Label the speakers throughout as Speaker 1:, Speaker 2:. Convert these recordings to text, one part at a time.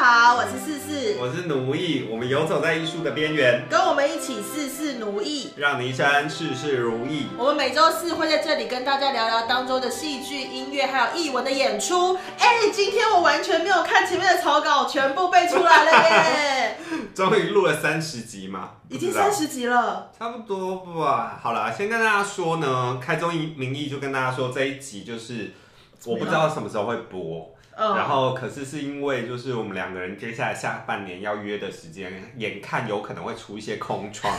Speaker 1: 好，我是四四，
Speaker 2: 我是奴役，我们游走在艺术的边缘，
Speaker 1: 跟我们一起事事奴役。
Speaker 2: 让你一生事事如意。
Speaker 1: 我们每周四会在这里跟大家聊聊当周的戏剧、音乐还有艺文的演出。哎、今天我完全没有看前面的草稿，全部背出来 了耶！
Speaker 2: 终于录了三十集嘛，
Speaker 1: 已经
Speaker 2: 不知道
Speaker 1: 三，十集了，
Speaker 2: 差不多吧。好啦，先跟大家说呢，开宗明义就跟大家说这一集就是我不知道什么时候会播，
Speaker 1: 嗯，
Speaker 2: 然后可是是因为就是我们两个人接下来下半年要约的时间，眼看有可能会出一些空 窗，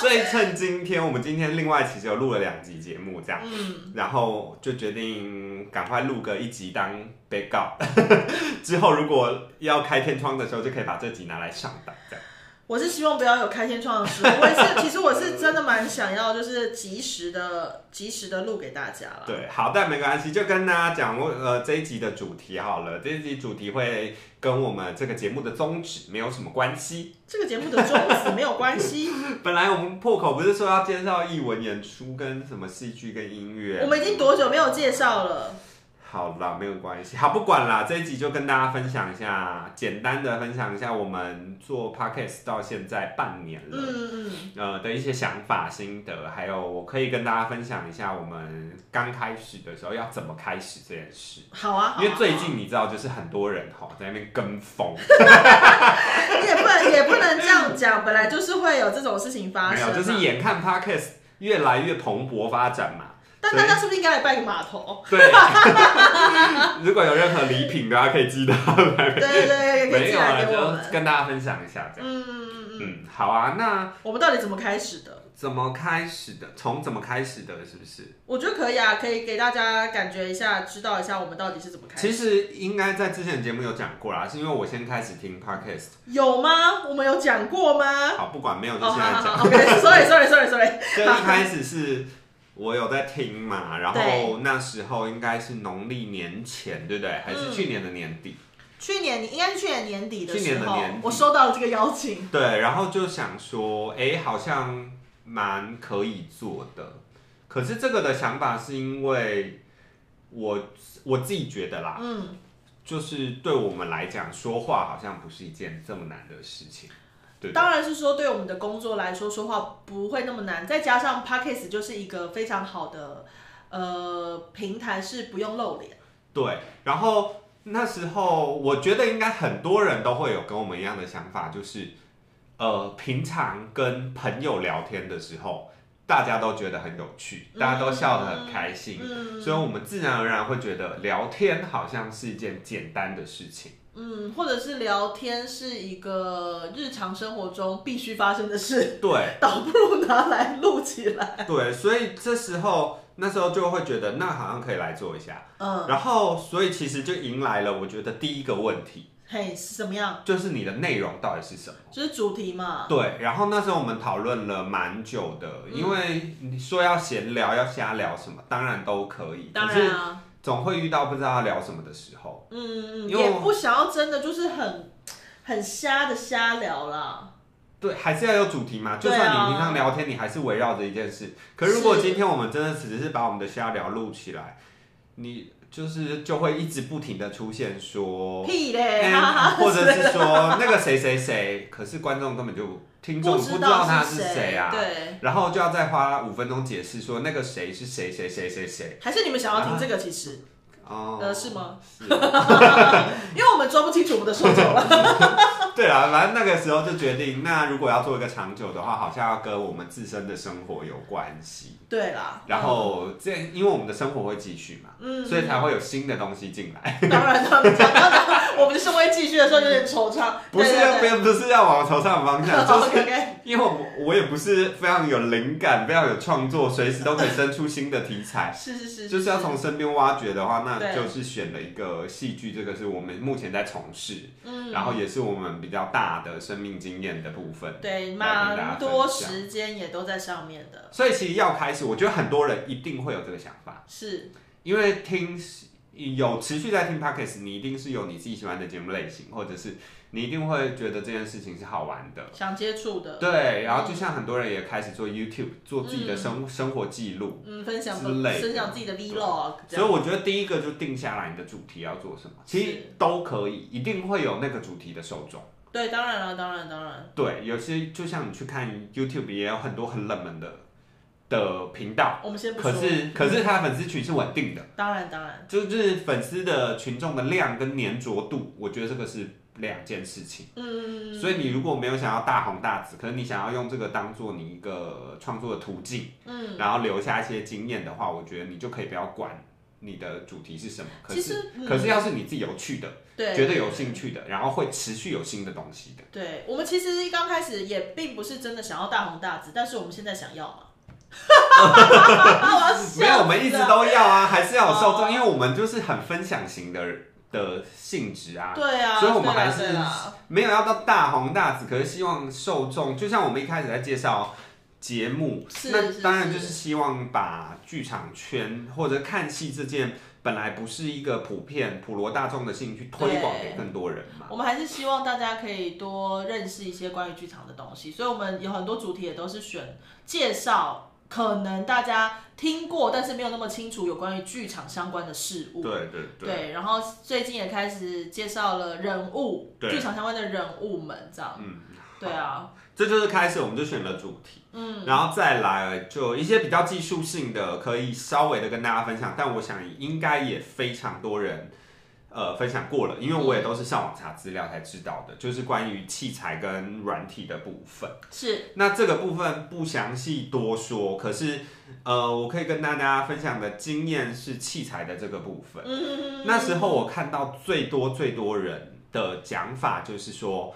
Speaker 2: 所以趁今天，我们今天另外其实有录了两集节目这样，
Speaker 1: 嗯，
Speaker 2: 然后就决定赶快录个一集当被告， 之后如果要开天窗的时候，就可以把这集拿来上档
Speaker 1: 嗯
Speaker 2: 这样。
Speaker 1: 我是希望不要有开天窗的时候，我也 是，其实我是真的蛮想要，就是及时的、及时的录给大家了。
Speaker 2: 对，好，但没关系，就跟大家讲我呃这一集的主题好了，这一集主题会跟我们这个节目的宗旨没有什么关系。
Speaker 1: 这个节目的宗旨没有关 系，
Speaker 2: 本来我们破口不是说要介绍艺文演出跟什么戏剧跟音乐，
Speaker 1: 我们已经多久没有介绍了？
Speaker 2: 好啦，没有关系，好不管啦，这一集就跟大家分享一下，简单的分享一下我们做 podcast 到现在半年了。
Speaker 1: 嗯嗯，
Speaker 2: 呃的一些想法、心得，还有我可以跟大家分享一下我们刚开始的时候要怎么开始这件事。
Speaker 1: 好啊，好啊
Speaker 2: 因为最近你知道，就是很多人吼在那边跟风，
Speaker 1: 你 也不能也不能这样讲，本来就是会有这种事情发
Speaker 2: 没
Speaker 1: 生啊
Speaker 2: 有，
Speaker 1: 嘛。
Speaker 2: 就是眼看 podcast 越来越蓬勃发展嘛。
Speaker 1: 但大家是不是应该来拜个码 头？
Speaker 2: 对，如果有任何礼品的话，可以寄到来。
Speaker 1: 对对对，可以
Speaker 2: 没
Speaker 1: 寄
Speaker 2: 有
Speaker 1: 来
Speaker 2: 啊，
Speaker 1: 给我们
Speaker 2: 就。跟大家分享一下这样。
Speaker 1: 嗯嗯嗯嗯，
Speaker 2: 嗯，好啊，那
Speaker 1: 我们到底怎么开始的？
Speaker 2: 怎么开始的？从怎么开始的？是不是？
Speaker 1: 我觉得可以啊，可以给大家感觉一下，知道一下我们到底是怎么开
Speaker 2: 其
Speaker 1: 始。
Speaker 2: 实应该在之前的节目有讲过啦，是因为我先开始听 podcast。
Speaker 1: 有吗？我们有讲过吗？
Speaker 2: 好，不管没有就
Speaker 1: 哦，好
Speaker 2: 现在
Speaker 1: 好
Speaker 2: 讲。
Speaker 1: 好，OK，sorry sorry sorry sorry，
Speaker 2: 就一开始是我有在听嘛，然
Speaker 1: 对
Speaker 2: 后那时候应该是农历年前，对不对？还是
Speaker 1: 嗯
Speaker 2: 去年的年底？
Speaker 1: 去年你应该是去年年底的
Speaker 2: 去
Speaker 1: 时
Speaker 2: 年的
Speaker 1: 候
Speaker 2: 年底，
Speaker 1: 我收到了这个邀请。
Speaker 2: 对，然后就想说，哎，好像蛮可以做的。可是这个的想法是因为我我自己觉得啦，
Speaker 1: 嗯，
Speaker 2: 就是对我们来讲，说话好像不是一件这么难的事情，对不对
Speaker 1: 当然是说对我们的工作来说，说话不会那么难，再加上 podcast 就是一个非常好的呃平台，是不用露脸。
Speaker 2: 对，然后那时候我觉得应该很多人都会有跟我们一样的想法，就是呃，平常跟朋友聊天的时候，大家都觉得很有趣，大家都笑得很开心，
Speaker 1: 嗯
Speaker 2: 所以我们自然而然会觉得聊天好像是一件简单的事情。
Speaker 1: 嗯，或者是聊天是一个日常生活中必须发生的事，
Speaker 2: 对，
Speaker 1: 倒不如拿来录起来。
Speaker 2: 对，所以这时候那时候就会觉得，那好像可以来做一下。
Speaker 1: 嗯，
Speaker 2: 然后，所以其实就迎来了我觉得第一个问题，
Speaker 1: 嘿，是怎么样？
Speaker 2: 就是你的内容到底是什么？
Speaker 1: 就是主题嘛。
Speaker 2: 对，然后那时候我们讨论了蛮久的，因为
Speaker 1: 嗯
Speaker 2: 你说要闲聊，要瞎聊什么，当然都可以，
Speaker 1: 当
Speaker 2: 可是
Speaker 1: 然啊，
Speaker 2: 总会遇到不知道要聊什么的时候。
Speaker 1: 嗯嗯，嗯，
Speaker 2: 因为
Speaker 1: 也
Speaker 2: 我
Speaker 1: 不想要真的就是很很瞎的瞎聊啦。
Speaker 2: 对，还是要有主题嘛。就
Speaker 1: 对啊
Speaker 2: 算你平常聊天，你还是围绕着一件事。可是如果
Speaker 1: 是
Speaker 2: 今天我们真的只是把我们的瞎聊录起来，你就是就会一直不停的出现说，
Speaker 1: 屁嘞，哈哈
Speaker 2: 哦
Speaker 1: 哈
Speaker 2: 嗯或者
Speaker 1: 啊
Speaker 2: 是说那个谁谁谁，可是观众根本就听众
Speaker 1: 不
Speaker 2: 不知道
Speaker 1: 道
Speaker 2: 他
Speaker 1: 是
Speaker 2: 是谁啊。
Speaker 1: 对，
Speaker 2: 然后就要再花五分钟解释说那个谁是谁谁谁谁谁
Speaker 1: 还是你们想
Speaker 2: 啊
Speaker 1: 要听这个？其实，
Speaker 2: 哦，
Speaker 1: 呃，是吗？
Speaker 2: 是，
Speaker 1: 因为我们抓不清楚我们的受众 了。
Speaker 2: 对啊，反正那个时候就决定，那如果要做一个长久的话，好像要跟我们自身的生活有关系。
Speaker 1: 对啦，
Speaker 2: 然后这因为我们的生活会继续嘛，
Speaker 1: 嗯，
Speaker 2: 所以才会有新的东西进来，
Speaker 1: 当然当然当然，我们的生活继续的时候有点惆怅。
Speaker 2: 不是要
Speaker 1: 对对
Speaker 2: 不不是要往头上的方
Speaker 1: 对
Speaker 2: 向，就是
Speaker 1: OK，OK
Speaker 2: 因为我我也不是非常有灵感，非常有创作，随时都可以生出新的题材。
Speaker 1: 是是是，
Speaker 2: 就是要从身边挖掘的话，那
Speaker 1: 对
Speaker 2: 就是选了一个戏剧，这个是我们目前在从事，
Speaker 1: 嗯，
Speaker 2: 然后也是我们比较大的生命经验的部分。
Speaker 1: 对，
Speaker 2: 来跟大家
Speaker 1: 蛮
Speaker 2: 分
Speaker 1: 多
Speaker 2: 享
Speaker 1: 时间也都在上面的，
Speaker 2: 所以其实要开始，我觉得很多人一定会有这个想法，
Speaker 1: 是
Speaker 2: 因为听有持续在听 podcast，你一定是有你自己喜欢的节目类型，或者是你一定会觉得这件事情是好玩的。
Speaker 1: 想接触的，
Speaker 2: 对，然后就像很多人也开始做 YouTube，做自己的生、生活记录。
Speaker 1: 嗯，分享
Speaker 2: 之类的
Speaker 1: 分享自己的 vlog，这
Speaker 2: 所
Speaker 1: 样
Speaker 2: 以我觉得第一个就定下来你的主题要做什么，其实都可以，一定会有那个主题的受众。
Speaker 1: 对，当然了，当然当然，
Speaker 2: 对，有些就像你去看 YouTube 也有很多很冷门的的频道，
Speaker 1: 我们先不说嗯
Speaker 2: 可，是可是他粉丝群是稳定的，
Speaker 1: 当然当然，
Speaker 2: 就是粉丝的群众的量跟粘着度，我觉得这个是两件事情。
Speaker 1: 嗯，
Speaker 2: 所以你如果没有想要大红大紫，可是你想要用这个当做你一个创作的途径，嗯，然后留下一些经验的话，我觉得你就可以不要管你的主题是什么。可
Speaker 1: 其
Speaker 2: 是
Speaker 1: 实嗯
Speaker 2: 可是要是你自己有趣的，
Speaker 1: 对，
Speaker 2: 觉得有兴趣的，然后会持续有新的东西的，
Speaker 1: 对我们其实刚开始也并不是真的想要大红大紫，但是我们现在想要嘛。我要笑死了
Speaker 2: 没有，我们一直都要啊，还是要有受
Speaker 1: 哦
Speaker 2: 众，因为我们就是很分享型的的性质啊。
Speaker 1: 对啊，
Speaker 2: 所以我们
Speaker 1: 对啦
Speaker 2: 还是
Speaker 1: 对啦
Speaker 2: 没有要到大红大紫，可是希望受众，就像我们一开始在介绍节目，
Speaker 1: 是
Speaker 2: 那
Speaker 1: 是
Speaker 2: 当然
Speaker 1: 是
Speaker 2: 就是希望把剧场圈或者看戏这件本来不是一个普遍普罗大众的兴趣，推广
Speaker 1: 对
Speaker 2: 给更多人嘛。
Speaker 1: 我们还是希望大家可以多认识一些关于剧场的东西，所以我们有很多主题也都是选介绍可能大家听过，但是没有那么清楚有关于剧场相关的事物。
Speaker 2: 对对对，
Speaker 1: 对，然后最近也开始介绍了人物，
Speaker 2: 对
Speaker 1: 剧场相关的人物们这样。
Speaker 2: 嗯，
Speaker 1: 对啊，
Speaker 2: 这就是开始，我们就选了主题，嗯，然后再来就一些比较技术性的，可以稍微的跟大家分享，但我想应该也非常多人。呃，分享过了，因为我也都是上网查资料才知道的，就是关于器材跟软体的部分。
Speaker 1: 是
Speaker 2: 那这个部分不详细多说，可是呃，我可以跟大家分享的经验是器材的这个部
Speaker 1: 嗯
Speaker 2: 分。那时候我看到最多最多人的讲法就是说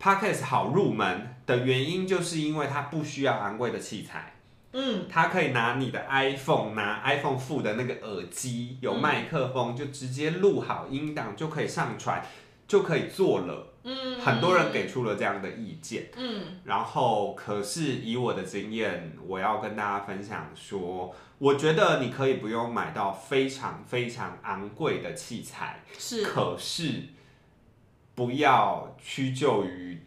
Speaker 2: p o d c a s t 好入门的原因，就是因为它不需要昂贵的器材。
Speaker 1: 嗯，
Speaker 2: 它可以拿你的 iPhone，拿 iPhone 附的那个耳机，有麦克风，就直接录好音档，就可以上传，就可以做了。
Speaker 1: 嗯，
Speaker 2: 很多人给出了这样的意见。
Speaker 1: 嗯
Speaker 2: 然后，可是以我的经验，我要跟大家分享说，我觉得你可以不用买到非常非常昂贵的器材，
Speaker 1: 是
Speaker 2: 可是不要屈就于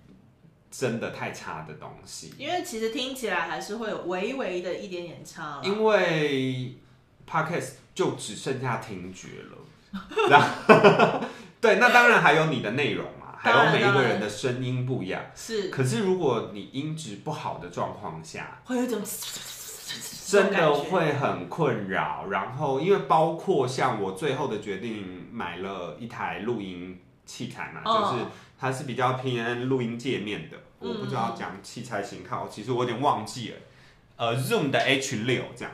Speaker 2: 真的太差的东西，
Speaker 1: 因为其实听起来还是会有微微的一点点差啦。
Speaker 2: 因为 podcast 就只剩下听觉了， 然后对，那当然还有你的内容嘛，还
Speaker 1: 当
Speaker 2: 有
Speaker 1: 然
Speaker 2: 每一
Speaker 1: 当
Speaker 2: 个
Speaker 1: 然
Speaker 2: 人的声音不一样。
Speaker 1: 是
Speaker 2: 可是如果你音质不好的状况下，
Speaker 1: 会有一种
Speaker 2: 真
Speaker 1: 这种
Speaker 2: 的
Speaker 1: 感觉
Speaker 2: 会很困扰。然后，因为包括像我最后的决定，买了一台录音器材嘛，
Speaker 1: 哦
Speaker 2: 就是它是比较偏录音界面的。我不知道讲器材型号，其实我有点忘记了。呃，Zoom 的 H 六这样。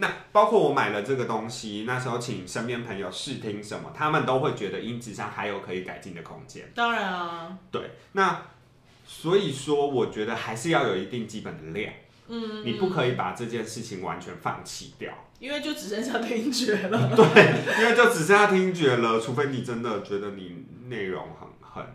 Speaker 2: 那包括我买了这个东西，那时候请身边朋友试听什么，他们都会觉得音质上还有可以改进的空间。
Speaker 1: 当然啊，
Speaker 2: 对，那所以说，我觉得还是要有一定基本的量。嗯，你不可以把这件事情完全放弃掉，
Speaker 1: 因为就只剩下听觉了。
Speaker 2: 因为就只剩下听觉了。除非你真的觉得你内容很很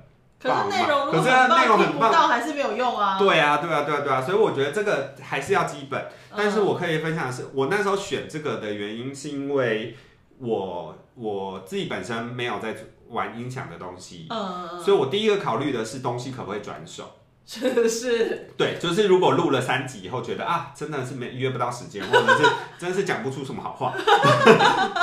Speaker 1: 可是内容如果
Speaker 2: 可是它
Speaker 1: 很
Speaker 2: 内
Speaker 1: 棒，
Speaker 2: 容很
Speaker 1: 听不
Speaker 2: 棒
Speaker 1: 到还是没有用啊。
Speaker 2: 对啊，对啊，对啊，对啊，所以我觉得这个还是要基本。但是
Speaker 1: 嗯
Speaker 2: 我可以分享的是，我那时候选这个的原因是因为我我自己本身没有在玩音响的东西，
Speaker 1: 嗯，
Speaker 2: 所以我第一个考虑的是东西可不可以转手。
Speaker 1: 是是，
Speaker 2: 对，就是如果录了三集以后，觉得啊，真的是没约不到时间，或 者是真是讲不出什么好话，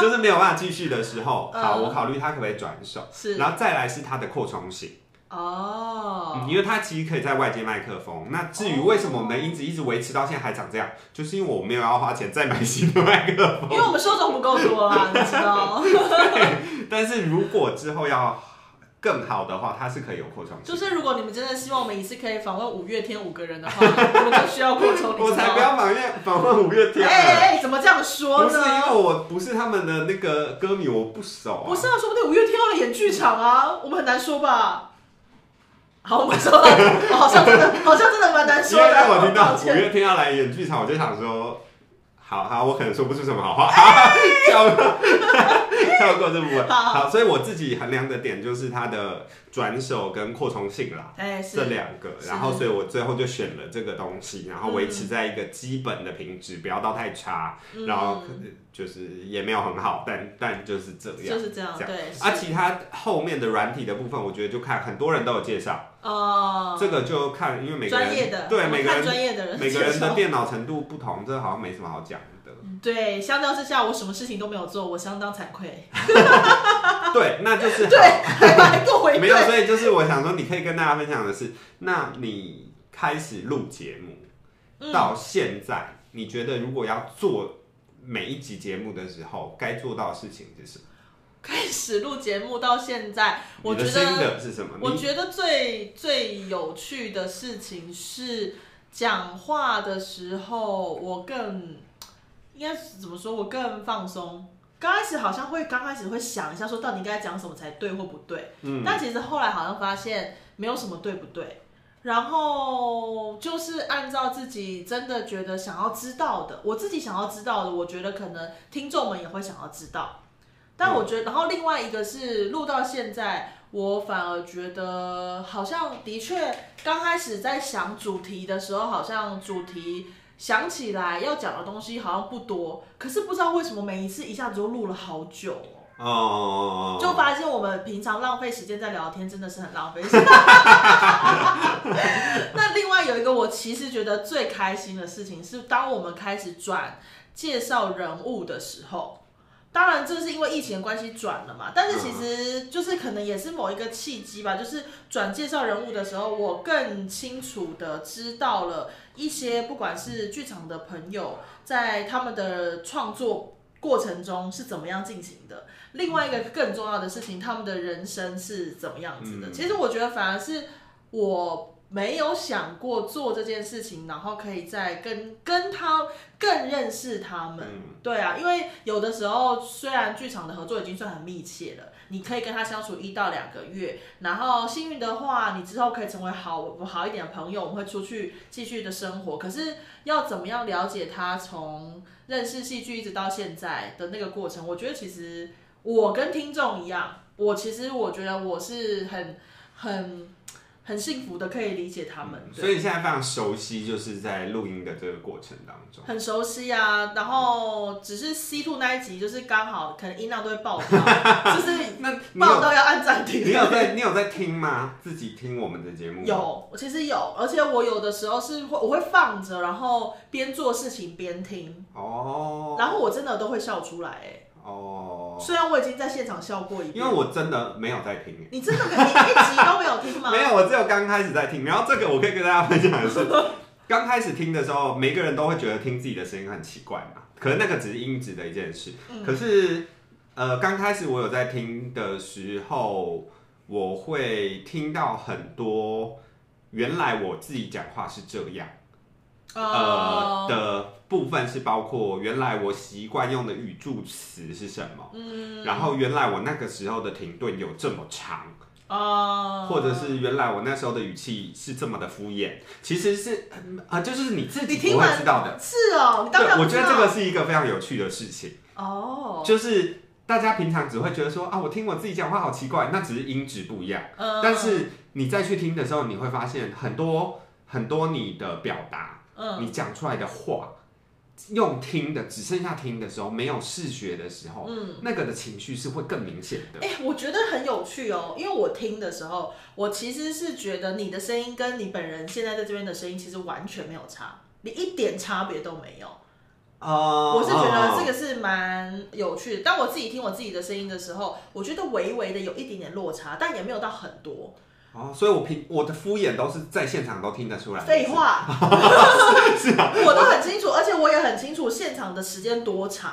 Speaker 2: 就是没有办法继续的时候，好，
Speaker 1: 嗯
Speaker 2: 我考虑它可不可以转手，
Speaker 1: 是
Speaker 2: 然后再来是它的扩充性，嗯，
Speaker 1: 哦，
Speaker 2: 因为它其实可以在外接麦克风。那至于为什么我们的音质一直维持到现在还长这样，就是因为我没有要花钱再买新的麦克
Speaker 1: 因为我们受众不够多啦，你知道，
Speaker 2: 风， 但是如果之后要更好的话，它是可以有扩充性
Speaker 1: 就
Speaker 2: 的。
Speaker 1: 是如果你们真的希望我们一次可以访问五月天五个人的话，我们就需要扩充，你
Speaker 2: 我
Speaker 1: 知道
Speaker 2: 才不要访问访问五月天呢、
Speaker 1: 哎哎，怎么这样说
Speaker 2: 不是因
Speaker 1: 呢
Speaker 2: 为？我不是他们的那个歌迷，我不熟、啊。
Speaker 1: 不是啊，说不定五月天要来演剧场啊，我们很难说吧。好，我们说到 这，哦好像真的，好像真的蛮难
Speaker 2: 因
Speaker 1: 说
Speaker 2: 为
Speaker 1: 的。
Speaker 2: 让我听到
Speaker 1: 抱
Speaker 2: 五
Speaker 1: 歉
Speaker 2: 月天要来演剧场，我 就想说，好好，我可能说不出什么好话，哈哈，笑了。跳过这部分。
Speaker 1: 好
Speaker 2: 好，所以我自己衡量的点就是它的转手跟扩充性啦。
Speaker 1: 哎，
Speaker 2: 这
Speaker 1: 是，
Speaker 2: 两个，
Speaker 1: 是
Speaker 2: 然后所以我最后就选了这个东西，然后维持在一个基本的品质，不要到太差，
Speaker 1: 嗯
Speaker 2: 然后可就是也没有很好，但但就是这
Speaker 1: 就
Speaker 2: 样。
Speaker 1: 是这样，
Speaker 2: 这样
Speaker 1: 对，
Speaker 2: 啊，
Speaker 1: 是
Speaker 2: 其他后面的软体的部分，我觉得就看很多人都有介绍，
Speaker 1: 哦，
Speaker 2: 这个就看因为每个
Speaker 1: 专业
Speaker 2: 人
Speaker 1: 的，我
Speaker 2: 对
Speaker 1: 们
Speaker 2: 每个
Speaker 1: 看
Speaker 2: 人
Speaker 1: 专业的 人
Speaker 2: 每个
Speaker 1: 介
Speaker 2: 人
Speaker 1: 绍
Speaker 2: 的电脑程度不同，这好像没什么好讲 的。
Speaker 1: 对，相较之下，我什么事情都没有做，我相当惭愧，
Speaker 2: 对，那就是
Speaker 1: 对，还来做回
Speaker 2: 没有，
Speaker 1: 馈，
Speaker 2: 所以就是我想说，你可以跟大家分享的是，那你开始录节目
Speaker 1: 嗯
Speaker 2: 到现在，你觉得如果要做每一集节目的时候，该做到的事情是什么？
Speaker 1: 开始录节目到现在，我
Speaker 2: 你
Speaker 1: 觉
Speaker 2: 的心
Speaker 1: 得，
Speaker 2: 得是什么？
Speaker 1: 我
Speaker 2: 你
Speaker 1: 觉得最最有趣的事情是讲话的时候，我更应该是怎么说？我更放松。刚开始好像会刚开始会想一下，说到底应该讲什么才对或不对。
Speaker 2: 嗯，
Speaker 1: 但其实后来好像发现没有什么对不对，然后就是按照自己真的觉得想要知道的，我自己想要知道的，我觉得可能听众们也会想要知道。但我觉得，然后另外一个是录到现在，我反而觉得好像的确刚开始在想主题的时候，好像主题想起来要讲的东西好像不多，可是不知道为什么每一次一下子就录了好久哦。
Speaker 2: 哦，
Speaker 1: 就发现我们平常浪费时间在聊天，真的是很浪费时间。那另外有一个我其实觉得最开心的事情是，当我们开始转介绍人物的时候。当然，这是因为疫情的关系转了嘛，但是其实就是可能也是某一个契机吧，就是转介绍人物的时候，我更清楚的知道了一些不管是剧场的朋友在他们的创作过程中是怎么样进行的。另外一个更重要的事情，他们的人生是怎么样子的。
Speaker 2: 嗯
Speaker 1: 其实我觉得反而是我没有想过做这件事情，然后可以再跟跟他更认识他们。
Speaker 2: 嗯
Speaker 1: 对啊，因为有的时候虽然剧场的合作已经算很密切了，你可以跟他相处一到两个月，然后幸运的话，你之后可以成为好好一点的朋友，我们会出去继续的生活。可是要怎么样了解他从认识戏剧一直到现在的那个过程，我觉得其实我跟听众一样，我其实我觉得我是很很很幸福的，可以理解他们。对
Speaker 2: 所以你现在非常熟悉，就是在录音的这个过程当中。
Speaker 1: 很熟悉啊，然后只是 C two 那一集就是刚好可能音量都会爆 掉，就是
Speaker 2: 那你
Speaker 1: 嗯爆
Speaker 2: 有
Speaker 1: 到要按暂
Speaker 2: 你
Speaker 1: 停。
Speaker 2: 有在你有在听吗？自己听我们的节目吗？
Speaker 1: 有，我其实有，而且我有的时候是会我会放着，然后边做事情边听，
Speaker 2: 哦
Speaker 1: 然后我真的都会笑出来、欸。
Speaker 2: 哦，
Speaker 1: 虽然我已经在现场笑过一
Speaker 2: 因
Speaker 1: 遍
Speaker 2: 为，我真的没有在听。
Speaker 1: 你真的没你一集都没有听 吗？
Speaker 2: 没有，我只有刚开始在听。然后这个我可以跟大家分享的是，刚开始听的时候，每个人都会觉得听自己的声音很奇怪嘛。可能那个只是音质的一件事。可是，呃，刚开始我有在听的时候，我会听到很多原来我自己讲话是这样。呃
Speaker 1: 呃，
Speaker 2: 的部分是包括原来我习惯用的语助词是什么，嗯，然后原来我那个时候的停顿有这么长，
Speaker 1: 呃，
Speaker 2: 或者是原来我那时候的语气是这么的敷衍，其实是嗯啊、就是你自己
Speaker 1: 你听
Speaker 2: 不会
Speaker 1: 完
Speaker 2: 知道的。
Speaker 1: 是哦，你当
Speaker 2: 对，
Speaker 1: 然
Speaker 2: 我
Speaker 1: 不
Speaker 2: 觉
Speaker 1: 知
Speaker 2: 得
Speaker 1: 道
Speaker 2: 这个是一个非常有趣的事情，
Speaker 1: 哦，
Speaker 2: 就是大家平常只会觉得说啊，我听我自己讲话好奇怪，那只是音质不一样。
Speaker 1: 呃
Speaker 2: 但是你再去听的时候，你会发现很多很多你的表达，
Speaker 1: 嗯
Speaker 2: 你讲出来的话，用听的只剩下听的时候，没有视觉的时候，
Speaker 1: 嗯。
Speaker 2: 那个的情绪是会更明显的。
Speaker 1: 哎、我觉得很有趣哦，因为我听的时候，我其实是觉得你的声音跟你本人现在在这边的声音其实完全没有差，你一点差别都没有。
Speaker 2: 哦
Speaker 1: 我是觉得这个是蛮有趣的。当我自己听我自己的声音的时候，我觉得微微的有一点点落差，但也没有到很多。
Speaker 2: 哦，所以我平我的敷衍都是在现场都听得出来。
Speaker 1: 废，话，
Speaker 2: 啊
Speaker 1: 我都很清楚，而且我也很清楚现场的时间多长。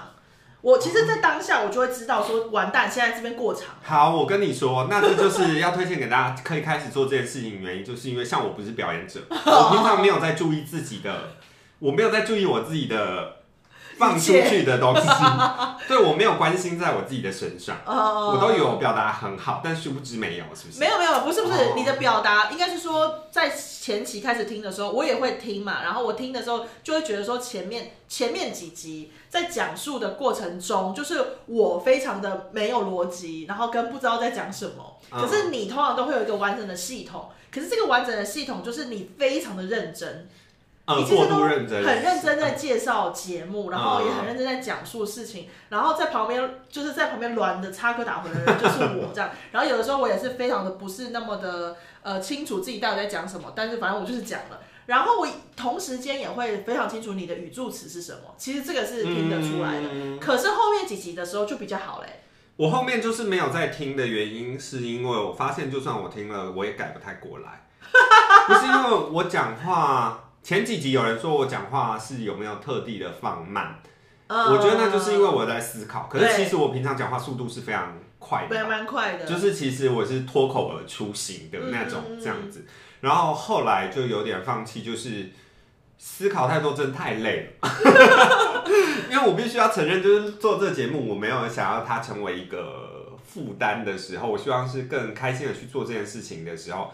Speaker 1: 我其实，在当下我就会知道说，完蛋，现在这边过长。
Speaker 2: 好，我跟你说，那这就是要推荐给大家可以开始做这件事情的原因，就是因为像我不是 表演者，我平常没有在注意自己的，我没有在注意我自己的放出去的东西， 对我没有关心在我自己的身上，
Speaker 1: 呃，
Speaker 2: 我都以为我表达很好，但殊不知没有，是不是？
Speaker 1: 没有没有，不是不是
Speaker 2: 哦，
Speaker 1: 你的表达应该是说，在前期开始听的时候，我也会听嘛，然后我听的时候就会觉得说，前面前面几集在讲述的过程中，就是我非常的没有逻辑，然后跟不知道在讲什么。
Speaker 2: 嗯
Speaker 1: 可是你通常都会有一个完整的系统，可是这个完整的系统就是你非常的认真，
Speaker 2: 呃，
Speaker 1: 你其实
Speaker 2: 过
Speaker 1: 都
Speaker 2: 度认真，
Speaker 1: 很认真在介绍节目，然后也
Speaker 2: 嗯
Speaker 1: 很认真在讲述事情，然后在旁边就是在旁边乱的插科打诨的人就是我这样，然后有的时候我也是非常的不是那么的呃清楚自己到底在讲什么，但是反正我就是讲了。然后我同时间也会非常清楚你的语助词是什么，其实这个是听得出来的。
Speaker 2: 嗯
Speaker 1: 可是后面几集的时候就比较好嘞，
Speaker 2: 我后面就是没有再听的原因，是因为我发现，就算我听了，我也改不太过来。 不是因为我讲话，前几集有人说我讲话是有没有特地的放慢，
Speaker 1: 呃，
Speaker 2: 我觉得那就是因为我在思考。可是
Speaker 1: 对
Speaker 2: 其实我平常讲话速度是非常快的
Speaker 1: 蛮
Speaker 2: 嘛，
Speaker 1: 蛮快的，
Speaker 2: 就是其实我是脱口而出型的那种
Speaker 1: 嗯嗯嗯
Speaker 2: 这样子。然后后来就有点放弃，就是思考太多真的太累了。 因为我必须要承认，就是做这节目，我没有想要它成为一个负担的时候，我希望是更开心的去做这件事情的时候，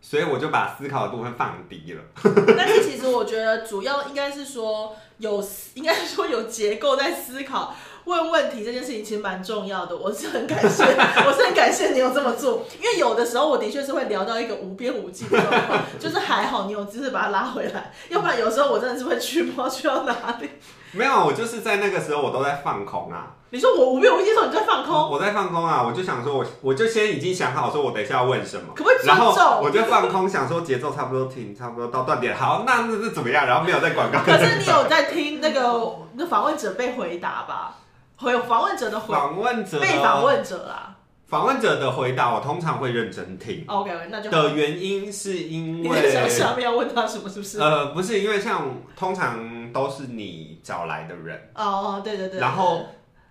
Speaker 2: 所以我就把思考的部分放低了。
Speaker 1: 但是其实我觉得主要应该是说有，应该是说有结构在思考问问题这件事情，其实蛮重要的。我是很感 谢，我是很感谢你有这么做，因为有的时候我的确是会聊到一个无边无际的状况，就是还好你有知识把它拉回来，要不然有时候我真的是会去不知道去到哪里。
Speaker 2: 没有，我就是在那个时候，我都在放空啊，
Speaker 1: 你说我无边无际的时候你在放空，
Speaker 2: 我在放空啊，我就想说我，我就先已经想好说，我等一下要问什么。
Speaker 1: 可不可以尊
Speaker 2: 然后我
Speaker 1: 重？
Speaker 2: 就放空，想说节奏差不多停，差不多到断点，好，那那是怎么样？然后没有在广告。
Speaker 1: 可是你有在听那个那访问者被回答吧？回访问者的回
Speaker 2: 访问者的
Speaker 1: 被访问者啦。
Speaker 2: 访问者的回答，我通常会认真听
Speaker 1: OK，那就好。
Speaker 2: 的原因是因
Speaker 1: 你在想
Speaker 2: 为
Speaker 1: 下面要问他什么？是不是？哦
Speaker 2: 呃不是因为像通常都是你找来的人，
Speaker 1: 哦，对对对。
Speaker 2: 然后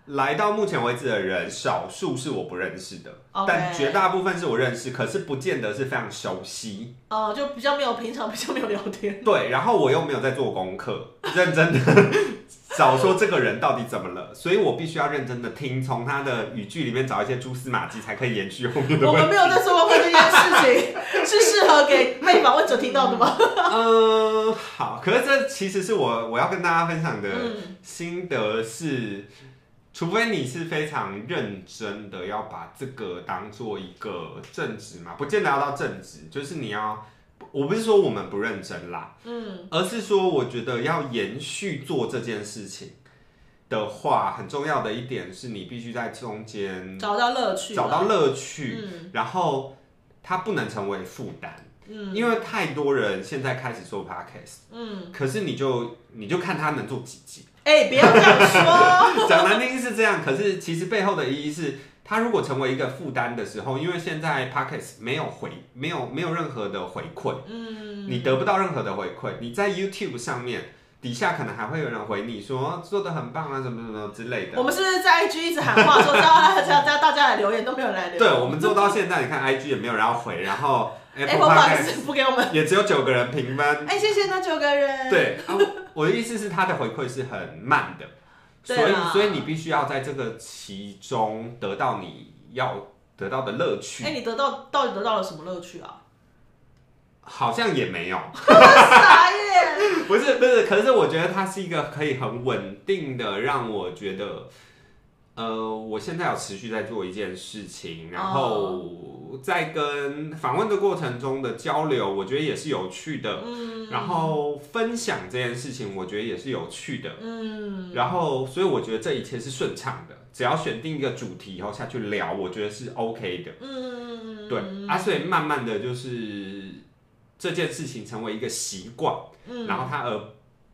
Speaker 2: 来到目前为止的人，少数是我不认识的，
Speaker 1: OK
Speaker 2: 但绝大部分是我认识，可是不见得是非常熟悉。
Speaker 1: 哦，就比较没有平常比较没有聊 天。
Speaker 2: 对，然后我又没有在做功课，认真的 找说这个人到底怎么了，所以我必须要认真的听，从他的语句里面找一些蛛丝马迹，才可以延续后面的
Speaker 1: 我
Speaker 2: 问
Speaker 1: 们
Speaker 2: 题。
Speaker 1: 没有在说过会这件事情，是适合给被访问者听到的吗？
Speaker 2: 嗯，好，可是这其实是我我要跟大家分享的
Speaker 1: 嗯
Speaker 2: 心得是，除非你是非常认真的要把这个当做一个正职嘛，不见得要到正职，就是你要，我不是说我们不认真啦，
Speaker 1: 嗯，
Speaker 2: 而是说，我觉得要延续做这件事情的话，很重要的一点是你必须在中间
Speaker 1: 找到乐趣，
Speaker 2: 找到乐趣，
Speaker 1: 嗯
Speaker 2: 然后它不能成为负担，
Speaker 1: 嗯
Speaker 2: 因为太多人现在开始做 podcast，
Speaker 1: 嗯。
Speaker 2: 可是你就你就看他能做几集，
Speaker 1: 哎，不要这样说。
Speaker 2: 讲难听是这样，可是其实背后的意义是。它如果成为一个负担的时候，因为现在 podcast 没有回，没有没有任何的回馈，
Speaker 1: 嗯，
Speaker 2: 你得不到任何的回馈。你在 YouTube 上面底下可能还会有人回你说做的很棒啊，什么什么之类
Speaker 1: 我
Speaker 2: 的。
Speaker 1: 们是不是在 IG 一直喊话说大家大家大家来留言都没有人来留
Speaker 2: 对，
Speaker 1: 言
Speaker 2: 我们做到现在，你看 IG 也没有人要回，然后
Speaker 1: ？Apple
Speaker 2: Apple Podcast
Speaker 1: Box 不给我们。
Speaker 2: 也只有九个人评分。
Speaker 1: 哎，谢谢那九个人。，
Speaker 2: 对，啊我 的意思是它的回馈是很慢的，所
Speaker 1: 对啊
Speaker 2: 以
Speaker 1: 啦
Speaker 2: 所以你必须要在这个其中得到你要得到的乐趣
Speaker 1: 哎，，你得到到底得到了什么乐趣 啊？
Speaker 2: 好像也没有。
Speaker 1: 傻耶！
Speaker 2: 不是不是，可是我觉得它是一个可以很稳定的，让我觉得，呃，我现在有持续在做一件事情，然
Speaker 1: 哦
Speaker 2: 后在跟访问的过程中的交流，我觉得也是有趣的，
Speaker 1: 嗯
Speaker 2: 然后分享这件事情，我觉得也是有趣的，
Speaker 1: 嗯。
Speaker 2: 然后所以我觉得这一切是顺畅的，只要选定一个主题以后下去聊，我觉得是 OK 的，
Speaker 1: 嗯，
Speaker 2: 对啊，所以慢慢的就是这件事情成为一个习惯。
Speaker 1: 嗯，
Speaker 2: 然后它而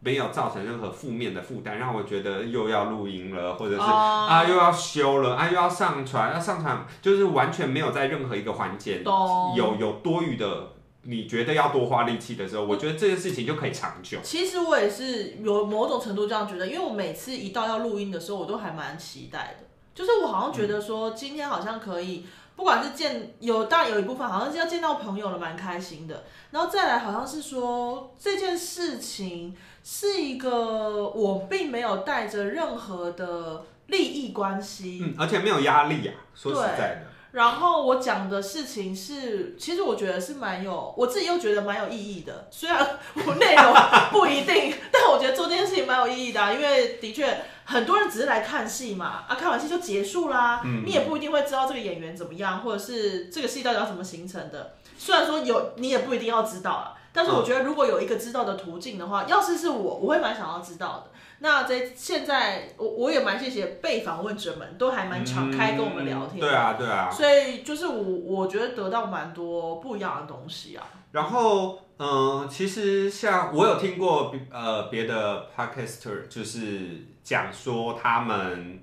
Speaker 2: 没有造成任何负面的负担，让我觉得又要录音了，或者是、
Speaker 1: 啊
Speaker 2: 啊又要修了啊又要上传，要上传就是完全没有在任何一个环节
Speaker 1: 懂
Speaker 2: 有有多余的，你觉得要多花力气的时候，我觉得这件事情就可以长久。
Speaker 1: 其实我也是有某种程度这样觉得，因为我每次一到要录音的时候，我都还蛮期待的，就是我好像觉得说今天好像可以。不管是见有，当然有一部分好像是要见到朋友了，蛮开心的。然后再来好像是说这件事情是一个我并没有带着任何的利益关系，
Speaker 2: 嗯，而且没有压力啊，说实
Speaker 1: 对
Speaker 2: 在的，
Speaker 1: 然后我讲的事情是，其实我觉得是蛮有，我自己又觉得蛮有意义的。虽然我内容不一定，但我觉得做这件事情蛮有意义的啊、因为的确很多人只是来看戏嘛，啊，看完戏就结束啦，
Speaker 2: 嗯
Speaker 1: 你也不一定会知道这个演员怎么样，或者是这个戏到底要怎么形成的。虽然说有，你也不一定要知道啊，但是我觉得如果有一个知道的途径的话，要是是我，我会蛮想要知道的。那在现在，我我也蛮谢谢被访问者们都还蛮敞开跟我们聊天
Speaker 2: 嗯对啊，对啊。
Speaker 1: 所以就是我我觉得得到蛮多不一样的东西啊。
Speaker 2: 然后，嗯、其实像我有听过别呃别的 podcaster，就是讲说他们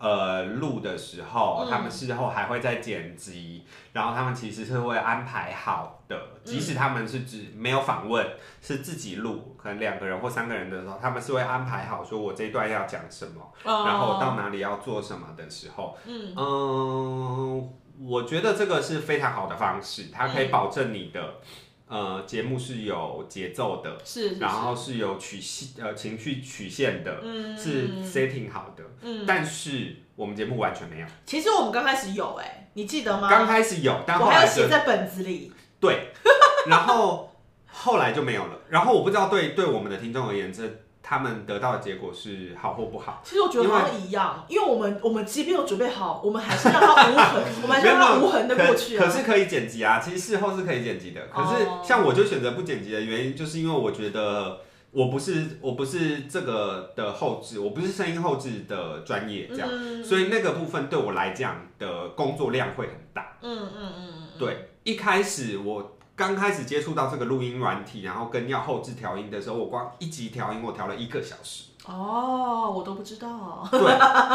Speaker 2: 呃录的时候，
Speaker 1: 嗯
Speaker 2: 他们事后还会再剪辑，然后他们其实是会安排好的，
Speaker 1: 嗯
Speaker 2: 即使他们是只没有访问，是自己录，可能两个人或三个人的时候，他们是会安排好，说我这一段要讲什么，
Speaker 1: 哦
Speaker 2: 然后到哪里要做什么的时候。
Speaker 1: 嗯
Speaker 2: 嗯，我觉得这个是非常好的方式，它可以保证你的、呃节目是有节奏的，
Speaker 1: 嗯是，是
Speaker 2: 然后是有曲线呃情绪曲线的，
Speaker 1: 嗯
Speaker 2: 是
Speaker 1: 嗯
Speaker 2: setting 好的。
Speaker 1: 嗯，
Speaker 2: 但是我们节目完全没有，
Speaker 1: 其实我们刚开始有哎、你记得吗？
Speaker 2: 刚开始有，但
Speaker 1: 我
Speaker 2: 后
Speaker 1: 还
Speaker 2: 来
Speaker 1: 有写
Speaker 2: 就
Speaker 1: 在本子里。
Speaker 2: 对， 然后后来就没有了。然后我不知道对对我们的听众而言，这他们得到的结果是好或不好。
Speaker 1: 其实我觉得
Speaker 2: 因为
Speaker 1: 好像一样，因为我们我们即便有准备好，我们还是让它无 痕，我们还是让它无痕的过去
Speaker 2: 可。
Speaker 1: 啊
Speaker 2: 可。是可以剪辑啊，其实事后是可以剪辑的。可是
Speaker 1: 哦
Speaker 2: 像我就选择不剪辑的原因，就是因为我觉得我不是我不是这个的后置，我不是声音后置的专业这样，
Speaker 1: 嗯
Speaker 2: 所以那个部分对我来讲的工作量会很大。
Speaker 1: 嗯嗯嗯嗯，
Speaker 2: 对，一开始我。刚开始接触到这个录音软体，然后跟要后置调音的时候，我光一集调音我调了一个小 时，
Speaker 1: 哦，我都不知道，
Speaker 2: 对，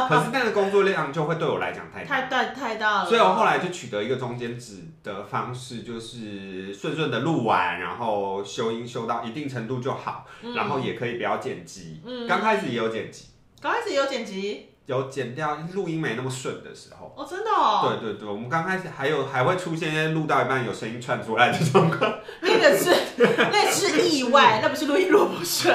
Speaker 2: 可是那个工作量就会对我来讲太大
Speaker 1: 太大太大了。
Speaker 2: 所以我后来就取得一个中间值的方式，就是顺顺的录完，然后修音修到一定程度就好，
Speaker 1: 嗯
Speaker 2: 然后也可以不要剪辑。
Speaker 1: 嗯
Speaker 2: 刚开始也有剪辑，
Speaker 1: 刚开始也有剪辑，
Speaker 2: 有剪掉录音没那么顺的时候。
Speaker 1: 哦，真的哦，
Speaker 2: 对对对，我们刚开始还有还会出现录到一半有声音窜出来这 种，
Speaker 1: 那个 是那是意外，那不是录音录不顺。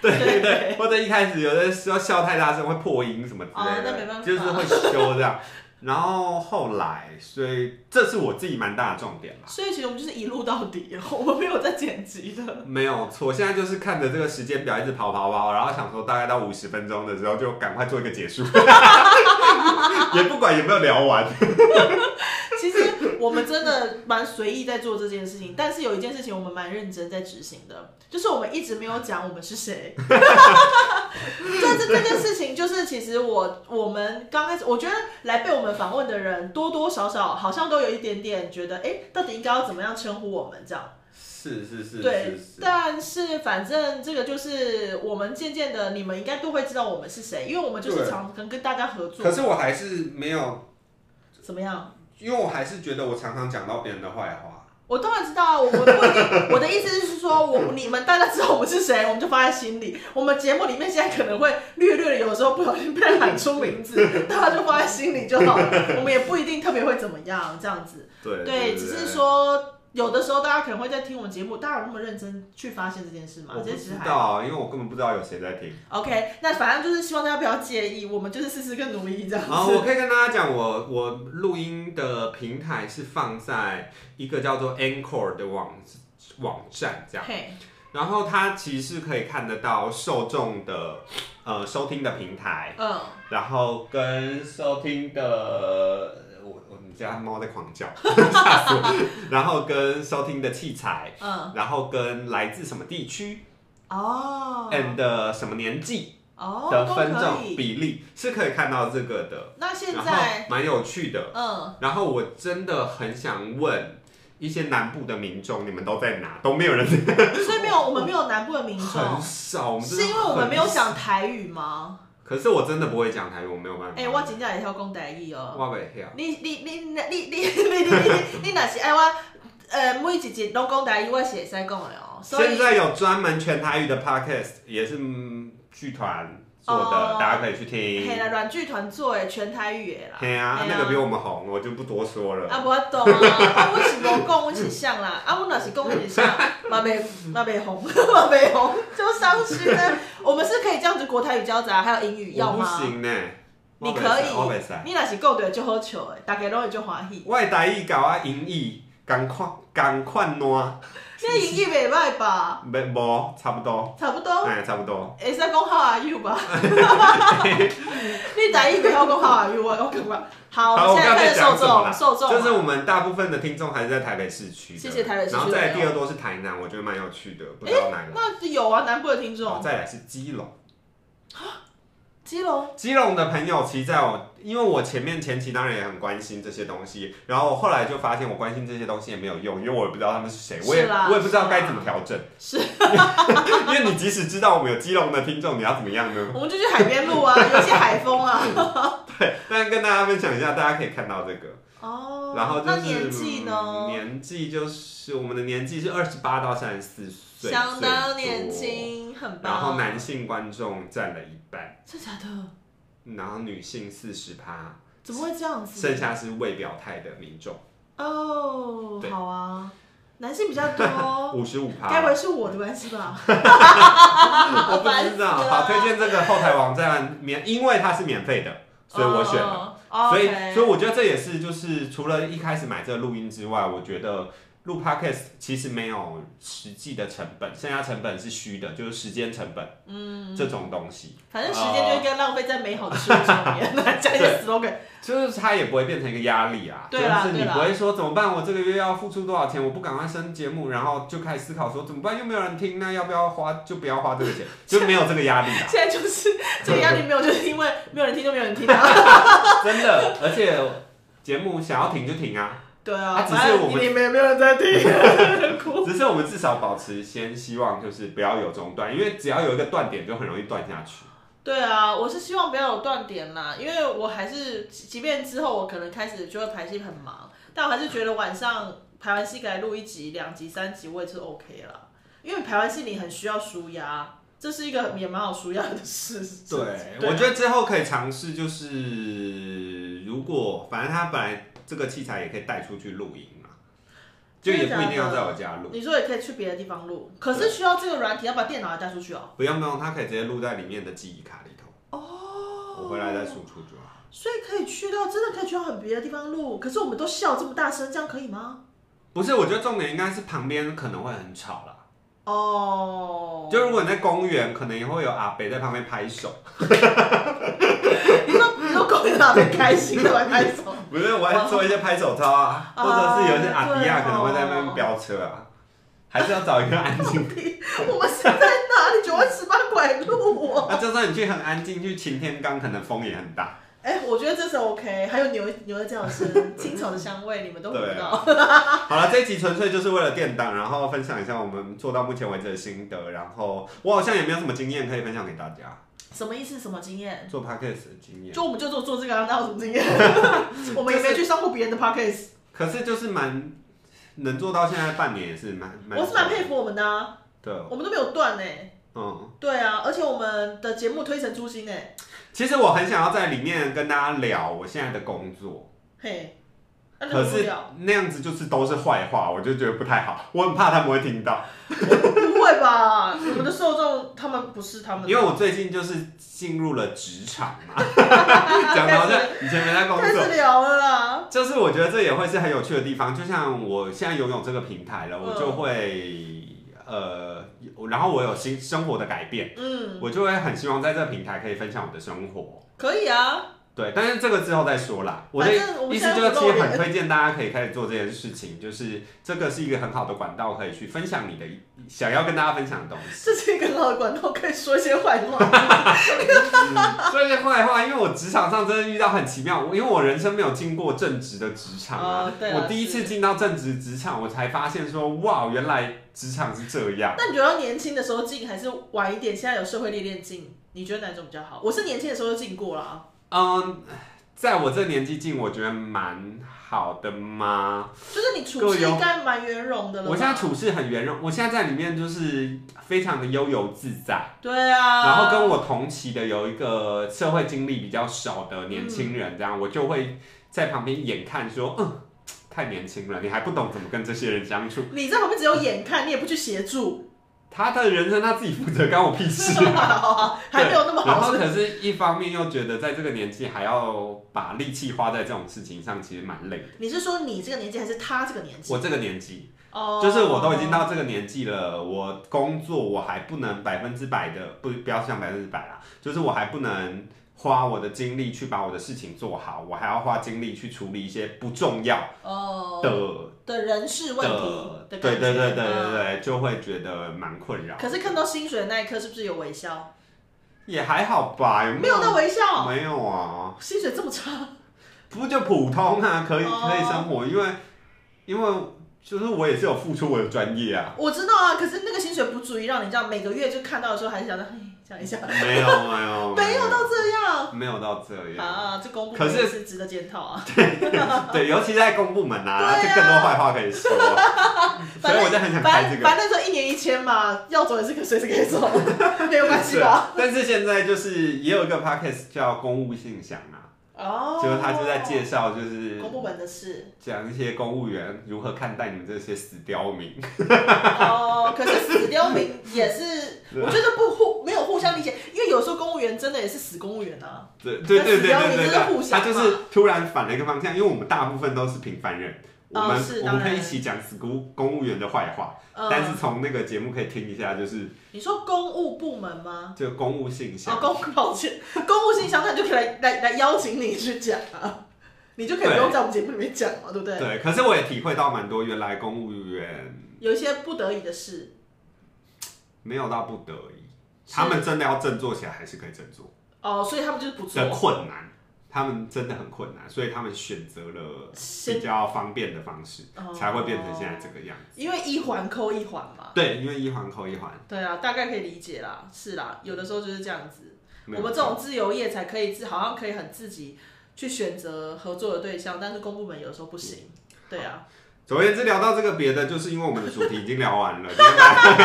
Speaker 2: 对对对，或者一开始有的时候笑太大声会破音什么之类
Speaker 1: 哦那
Speaker 2: 的，
Speaker 1: 没办法
Speaker 2: 就是会修这样。然后后来，所以这是我自己蛮大的重点啦。
Speaker 1: 所以其实我们就是一路到底，我们没有在剪辑的。
Speaker 2: 没有错，现在就是看着这个时间表一直跑跑跑，然后想说大概到五十分钟的时候就赶快做一个 结束，也不管有没有聊完。
Speaker 1: 其实我们真的蛮随意在做这件事情，但是有一件事情我们蛮认真在执行的，就是我们一直没有讲我们是谁。 但是这件事情就是，其实我我们刚开始，我觉得来被我们访问的人多多少少好像都有一点点觉得，哎、到底应该要怎么样称呼我们这样。
Speaker 2: 是是是
Speaker 1: 对，但是反正这个就是我们渐渐的，你们应该都会知道我们是谁，因为我们就是
Speaker 2: 对
Speaker 1: 常跟跟大家合作
Speaker 2: 可，是我还是没有，
Speaker 1: 怎么样？
Speaker 2: 因为我还是觉得我常常讲到别人的坏话。
Speaker 1: 我当然知道啊，我我不一定，我的意思是说，我你们大家知道我们是谁，我们就放在心里。我们节目里面现在可能会略略的，有时候不小心被人喊出名 字，大家就放在心里就好了。我们也不一定特别会怎么样，这样子。
Speaker 2: 对
Speaker 1: 对，只是说有的时候大家可能会在听我们节目，大家有那么认真去发现这件事吗？
Speaker 2: 我不
Speaker 1: 这其
Speaker 2: 知
Speaker 1: 实还
Speaker 2: 道，因为我根本不知道有谁在 听。
Speaker 1: OK，那反正就是希望大家不要介意，我们就是试试跟努力这样子。
Speaker 2: 然后我可以跟大家讲，我我录音的平台是放在一个叫做 Anchor 的网网站这样。
Speaker 1: 嘿，
Speaker 2: 然后它其实是可以看得到受众的呃收听的平台，
Speaker 1: 嗯，
Speaker 2: 然后跟收听的我我们家猫在狂叫， 吓死我！然后跟收听的器材，
Speaker 1: 嗯，
Speaker 2: 然后跟来自什么地区、
Speaker 1: 哦，
Speaker 2: and 呃什么年纪
Speaker 1: 哦，
Speaker 2: 的分
Speaker 1: 都可
Speaker 2: 众
Speaker 1: 以。
Speaker 2: 比例是可以看到这个的，
Speaker 1: 那现
Speaker 2: 然
Speaker 1: 在，
Speaker 2: 后蛮有趣的。
Speaker 1: 嗯，
Speaker 2: 然后我真的很想问一些南部的民众，你们都在哪？都没有人在，
Speaker 1: 所以没有，我们没有南部的民
Speaker 2: 很
Speaker 1: 众，
Speaker 2: 少，我们真
Speaker 1: 是
Speaker 2: 的
Speaker 1: 因为我们没有
Speaker 2: 很
Speaker 1: 讲台语吗？
Speaker 2: 可是我真的不会讲台语，我没有办法。
Speaker 1: 哎、我真正会晓讲台语哦。
Speaker 2: 我袂晓。
Speaker 1: 你你你你你你你你你若是爱我，呃，每一集拢讲台语，我是会使讲的哦。所以
Speaker 2: 现在有专门全台语的 podcast，也是嗯剧团做的，
Speaker 1: 哦
Speaker 2: 大家可以去
Speaker 1: 嘿
Speaker 2: 听。
Speaker 1: 啦，软剧团做诶，全台语诶啦。
Speaker 2: 嘿啊，那个比我们红，我就不多说了。
Speaker 1: 啊，无法度啊！啊，阮是无讲，阮是像啦。啊，阮若是讲，阮是像，嘛袂嘛袂红， 嘛袂红，就伤心呢。我们是可以这样子国台语交杂，还有英语，要
Speaker 2: 我不
Speaker 1: 吗？
Speaker 2: 行呢、啊
Speaker 1: 你
Speaker 2: 我不
Speaker 1: 可
Speaker 2: 行
Speaker 1: 以
Speaker 2: 我袂使。
Speaker 1: 你若是够对就好笑诶，大家拢会就欢喜。
Speaker 2: 我的台语甲我英语同款同款烂，
Speaker 1: 你的英语袂歹吧？
Speaker 2: 啊没无差不多，
Speaker 1: 差不多，
Speaker 2: 哎、差不多。
Speaker 1: 会使讲 How are you 吧？你台语袂晓讲 How are you，我我感觉。好，
Speaker 2: 好
Speaker 1: 我们现在开始受
Speaker 2: 我刚才
Speaker 1: 众，
Speaker 2: 讲
Speaker 1: 受众嘛。
Speaker 2: 就是我们大部分的听众还是在台北市区的，
Speaker 1: 啊谢谢台北市区的
Speaker 2: 然后再来第二多是台南，我觉得蛮有趣的，不知道哪一个。
Speaker 1: 那有啊，南部的听
Speaker 2: 然后
Speaker 1: 众，
Speaker 2: 再来是基隆，
Speaker 1: 基隆
Speaker 2: 基隆的朋友其实在我，因为我前面前期当然也很关心这些东西，然后我后来就发现我关心这些东西也没有用，因为我也不知道他们是谁，我也
Speaker 1: 是啦
Speaker 2: 我也不知道
Speaker 1: 是啦
Speaker 2: 该怎么调 整。
Speaker 1: 是，
Speaker 2: 因为你即使知道我们有基隆的听众，你要怎么样呢？
Speaker 1: 我们就去海边 录啊，尤其海风啊。
Speaker 2: 对，但跟大家分享一下，大家可以看到这个。
Speaker 1: 哦，
Speaker 2: 然后就
Speaker 1: 那
Speaker 2: 是
Speaker 1: 年纪
Speaker 2: 嗯
Speaker 1: 呢？
Speaker 2: 年纪就是我们的年纪是二十八到三十四岁，
Speaker 1: 相当年
Speaker 2: 最多。
Speaker 1: 轻，很棒。
Speaker 2: 然后男性观众占了一半，
Speaker 1: 真假的？
Speaker 2: 然后女性四十趴，
Speaker 1: 怎么会这样子？
Speaker 2: 剩下是未表态的民众
Speaker 1: 哦，
Speaker 2: 对
Speaker 1: 好啊，男性比较多，
Speaker 2: 五十五
Speaker 1: 该不
Speaker 2: 趴。
Speaker 1: 会是我的关系吧？
Speaker 2: 我不
Speaker 1: 烦
Speaker 2: 知
Speaker 1: 死
Speaker 2: 道，
Speaker 1: 了
Speaker 2: 好推荐这个后台网站免，因为它是免费的，所以我选了。
Speaker 1: 哦。
Speaker 2: 所以
Speaker 1: OK
Speaker 2: 所以我觉得这也是就是除了一开始买这个录音之外，我觉得录 podcast 其实没有实际的成本，剩下成本是虚的，就是时间成本，嗯，这种东西，
Speaker 1: 反正时间就应该浪费在美好的事物上面，
Speaker 2: 哦
Speaker 1: 讲一个 slogan。
Speaker 2: 就是它也不会变成一个压力啊，
Speaker 1: 对啦
Speaker 2: 就是你
Speaker 1: 对啦
Speaker 2: 不会说怎么办，我这个月要付出多少钱，我不赶快升节目，然后就开始思考说怎么办，又没有人听，那要不要花就不要花这个钱，就没有这个压力啊。
Speaker 1: 现在就是这个压力没有，就是因为没有人听就没有人听啊。
Speaker 2: 真的，而且节目想要停就停啊，
Speaker 1: 对
Speaker 2: 啊
Speaker 1: 啊，
Speaker 2: 只是
Speaker 1: 反
Speaker 2: 我
Speaker 1: 正
Speaker 2: 们
Speaker 1: 你们也没有人在 听，哭。
Speaker 2: 只是我们至少保持先希望，就是不要有中断，因为只要有一个断点，就很容易断下去。
Speaker 1: 对啊，我是希望不要有断点啦，因为我还是，即即便之后我可能开始就会排戏很忙，但我还是觉得晚上排完戏来录一集、两集、三集，我也是 OK 啦。因为排完戏你很需要舒压，这是一个也蛮好舒压的事。啊
Speaker 2: 我觉得之后可以尝试，就是如果反正他本来这个器材也可以带出去录音嘛，就也不一定要在我家录，
Speaker 1: 你说也可以去别的地方录，可是需要这个软体，要把电脑也带出去哦。
Speaker 2: 不用不用，他可以直接录在里面的记忆卡里头。哦，我回来再输出就好。
Speaker 1: 所以可以去到真的可以去到很别的地方录，可是我们都笑这么大声，这样可以吗？
Speaker 2: 不是，我觉得重点应该是旁边可能会很吵啦。
Speaker 1: 哦，
Speaker 2: 就如果你在公园，可能也会有阿北在旁边拍手。
Speaker 1: 你说你说狗也哪边开心的来拍手。
Speaker 2: 不是，我还做一些拍手操啊，
Speaker 1: 哦
Speaker 2: 或者是有一些阿迪亚
Speaker 1: 对哦哦
Speaker 2: 可能会在那边飙车啊，还是要找一个安 静。
Speaker 1: 我们是在哪里？九万十八拐路我。
Speaker 2: 那啊就算你去很安静，去擎天岗，可能风也很大。
Speaker 1: 哎、我觉得这是 OK，还有牛牛的叫声、青草的香味，你们都闻
Speaker 2: 对
Speaker 1: 不
Speaker 2: 啊
Speaker 1: 到。
Speaker 2: 好了，这一集纯粹就是为了垫档，然后分享一下我们做到目前为止的心得。然后我好像也没有什么经验可以分享给大家，
Speaker 1: 什么意思？什么经验？
Speaker 2: 做 podcast 的经验。
Speaker 1: 就我们就做做这个、啊，那有什么经验？ 我们也没去上过别人的 podcast，
Speaker 2: 可是就是蛮能做到现在半年也是蛮蛮。
Speaker 1: 我是蛮佩服我们的、啊，
Speaker 2: 对，
Speaker 1: 我们都没有断呢、
Speaker 2: 嗯。
Speaker 1: 对啊，而且我们的节目推陈出新哎呢、
Speaker 2: 其实我很想要在里面跟大家聊我现在的工作。
Speaker 1: 嘿，那
Speaker 2: 可
Speaker 1: 很无
Speaker 2: 是
Speaker 1: 聊，
Speaker 2: 那样子就是都是坏话，我就觉得不太好，我很怕他们会听到。
Speaker 1: 不会吧？我们的受众他们不是他们，
Speaker 2: 因为我最近就是进入了职场 嘛，讲的好像以前没在工
Speaker 1: 开
Speaker 2: 作，
Speaker 1: 始聊了啦。
Speaker 2: 就是我觉得这也会是很有趣的地方。就像我现在拥有这个平台
Speaker 1: 嗯
Speaker 2: 了，我就会呃，然后我有新生活的改变，
Speaker 1: 嗯，
Speaker 2: 我就会很希望在这个平台可以分享我的生活。
Speaker 1: 可以啊，
Speaker 2: 对，但是这个之后再说啦。我的
Speaker 1: 反正我们
Speaker 2: 意
Speaker 1: 现
Speaker 2: 思
Speaker 1: 在
Speaker 2: 就
Speaker 1: 又不露
Speaker 2: 是，其实
Speaker 1: 脸
Speaker 2: 很。推荐大家可以开始做这件事情，就是这个是一个很好的管道，可以去分享你的一想要跟大家分享的东西。
Speaker 1: 这是一个很好的管道，可以说一些坏话。
Speaker 2: 说一些坏话，因为我职场上真的遇到很奇妙，我因为我人生没有进过正职的职场啊
Speaker 1: 哦，对啊
Speaker 2: 我第一次进到正职职场，我才发现说，哇，原来职场是这样。
Speaker 1: 那你觉得年轻的时候进还是晚一点？现在有社会历练进，你觉得哪种比较好？我是年轻的时候就进过了啊。
Speaker 2: 嗯，在我这年纪进，我觉得蛮好的嘛。
Speaker 1: 就是你处
Speaker 2: 各
Speaker 1: 事
Speaker 2: 有
Speaker 1: 应该蛮圆融的了吧。
Speaker 2: 我现在处事很圆融，我现在在里面就是非常的悠游自在。
Speaker 1: 对啊，
Speaker 2: 然后跟我同期的有一个社会经历比较少的年轻人，这样、我就会在旁边眼看说，嗯，太年轻了，你还不懂怎么跟这些人相处。
Speaker 1: 你在旁边只有眼看，你也不去协助，
Speaker 2: 他的人生他自己负责，关我屁事、
Speaker 1: 好啊，还没有那么
Speaker 2: 然
Speaker 1: 好
Speaker 2: 后。可是，一方面又觉得在这个年纪还要把力气花在这种事情上，其实蛮累的。
Speaker 1: 你是说你这个年纪还是他这个年纪？
Speaker 2: 我这个年纪，
Speaker 1: 哦，
Speaker 2: 就是我都已经到这个年纪了，我工作我还不能百分之百的不不要像百分之百啦，就是我还不能花我的精力去把我的事情做好，我还要花精力去处理一些不重要
Speaker 1: 哦
Speaker 2: 的、
Speaker 1: 的人事问题
Speaker 2: 的，
Speaker 1: 的
Speaker 2: 对
Speaker 1: 感觉
Speaker 2: 对对对对对
Speaker 1: 嗯
Speaker 2: 对，就会觉得蛮困扰。
Speaker 1: 可是看到薪水的那一刻，是不是有微笑？
Speaker 2: 也还好吧，有
Speaker 1: 没有那微笑，
Speaker 2: 没有啊，
Speaker 1: 薪水这么差，
Speaker 2: 不就普通啊，可以
Speaker 1: 哦
Speaker 2: 可以生活，因为因为就是我也是有付出我的专业啊。
Speaker 1: 我知道啊。可是那个薪水不足以让你这样每个月就看到的时候，还是想着嘿，想一下，
Speaker 2: 没有没有
Speaker 1: 没有到这样
Speaker 2: 没有到这样。
Speaker 1: 啊。这公部
Speaker 2: 可
Speaker 1: 门
Speaker 2: 是
Speaker 1: 也是值得检讨啊。
Speaker 2: 对，尤其在公部门啊，
Speaker 1: 对啊
Speaker 2: 就更多坏话可 以说，所
Speaker 1: 反
Speaker 2: 以
Speaker 1: 正
Speaker 2: 我就很想
Speaker 1: 反
Speaker 2: 开
Speaker 1: 正
Speaker 2: 这个。
Speaker 1: 反正说一年一千嘛，要走也是可以随时可以 走，没有关系吧？
Speaker 2: 对但是现在就是也有一个 podcast 叫《公务信箱》啊，
Speaker 1: 哦，
Speaker 2: 就是他就在介绍，就是
Speaker 1: 公部门的事
Speaker 2: 讲一些公务员如何看待你们这些死刁民。
Speaker 1: 哦。可是死刁民也是，
Speaker 2: 对
Speaker 1: 我觉得不互没有互相理解，因为有时候公务员真的也是死公务员啊。
Speaker 2: 对对对
Speaker 1: 死
Speaker 2: 对
Speaker 1: 刁民
Speaker 2: 对对
Speaker 1: 就是互
Speaker 2: 对，
Speaker 1: 相
Speaker 2: 他
Speaker 1: 嘛
Speaker 2: 就是突然反了一个方向，因为我们大部分都是平凡人，我
Speaker 1: 哦
Speaker 2: 们、
Speaker 1: 是
Speaker 2: 我
Speaker 1: 当
Speaker 2: 们可以
Speaker 1: 然
Speaker 2: 一起讲死公公务员的坏话，但是
Speaker 1: 嗯，
Speaker 2: 从那个节目可以听一下，就是
Speaker 1: 你说公务部门吗？
Speaker 2: 这个公务信箱。
Speaker 1: 哦，公抱歉，公务信箱，那你就可以来来来邀请你去讲啊，你就可以不用在我们节目里面讲嘛，对不对？
Speaker 2: 对，可是我也体会到蛮多，原来公务员
Speaker 1: 有一些不得已的事，
Speaker 2: 没有到不得已，他们真的要振作起来还是可以振作
Speaker 1: 哦，所以他们就是不做，
Speaker 2: 的困难，他们真的很困难，所以他们选择了比较方便的方式，
Speaker 1: 哦
Speaker 2: 才会变成现在这个样子。
Speaker 1: 因为一环扣一环嘛。
Speaker 2: 对，因为一环扣一环，
Speaker 1: 对啊，大概可以理解啦，是啦，有的时候就是这样子。
Speaker 2: 没
Speaker 1: 我
Speaker 2: 有
Speaker 1: 们这种自由业才可以自，好像可以很自己去选择合作的对象，但是公部门有的时候不行。
Speaker 2: 嗯
Speaker 1: 对啊，
Speaker 2: 总而言之，聊到这个别的，就是因为我们的主题已经聊完了， 就是大家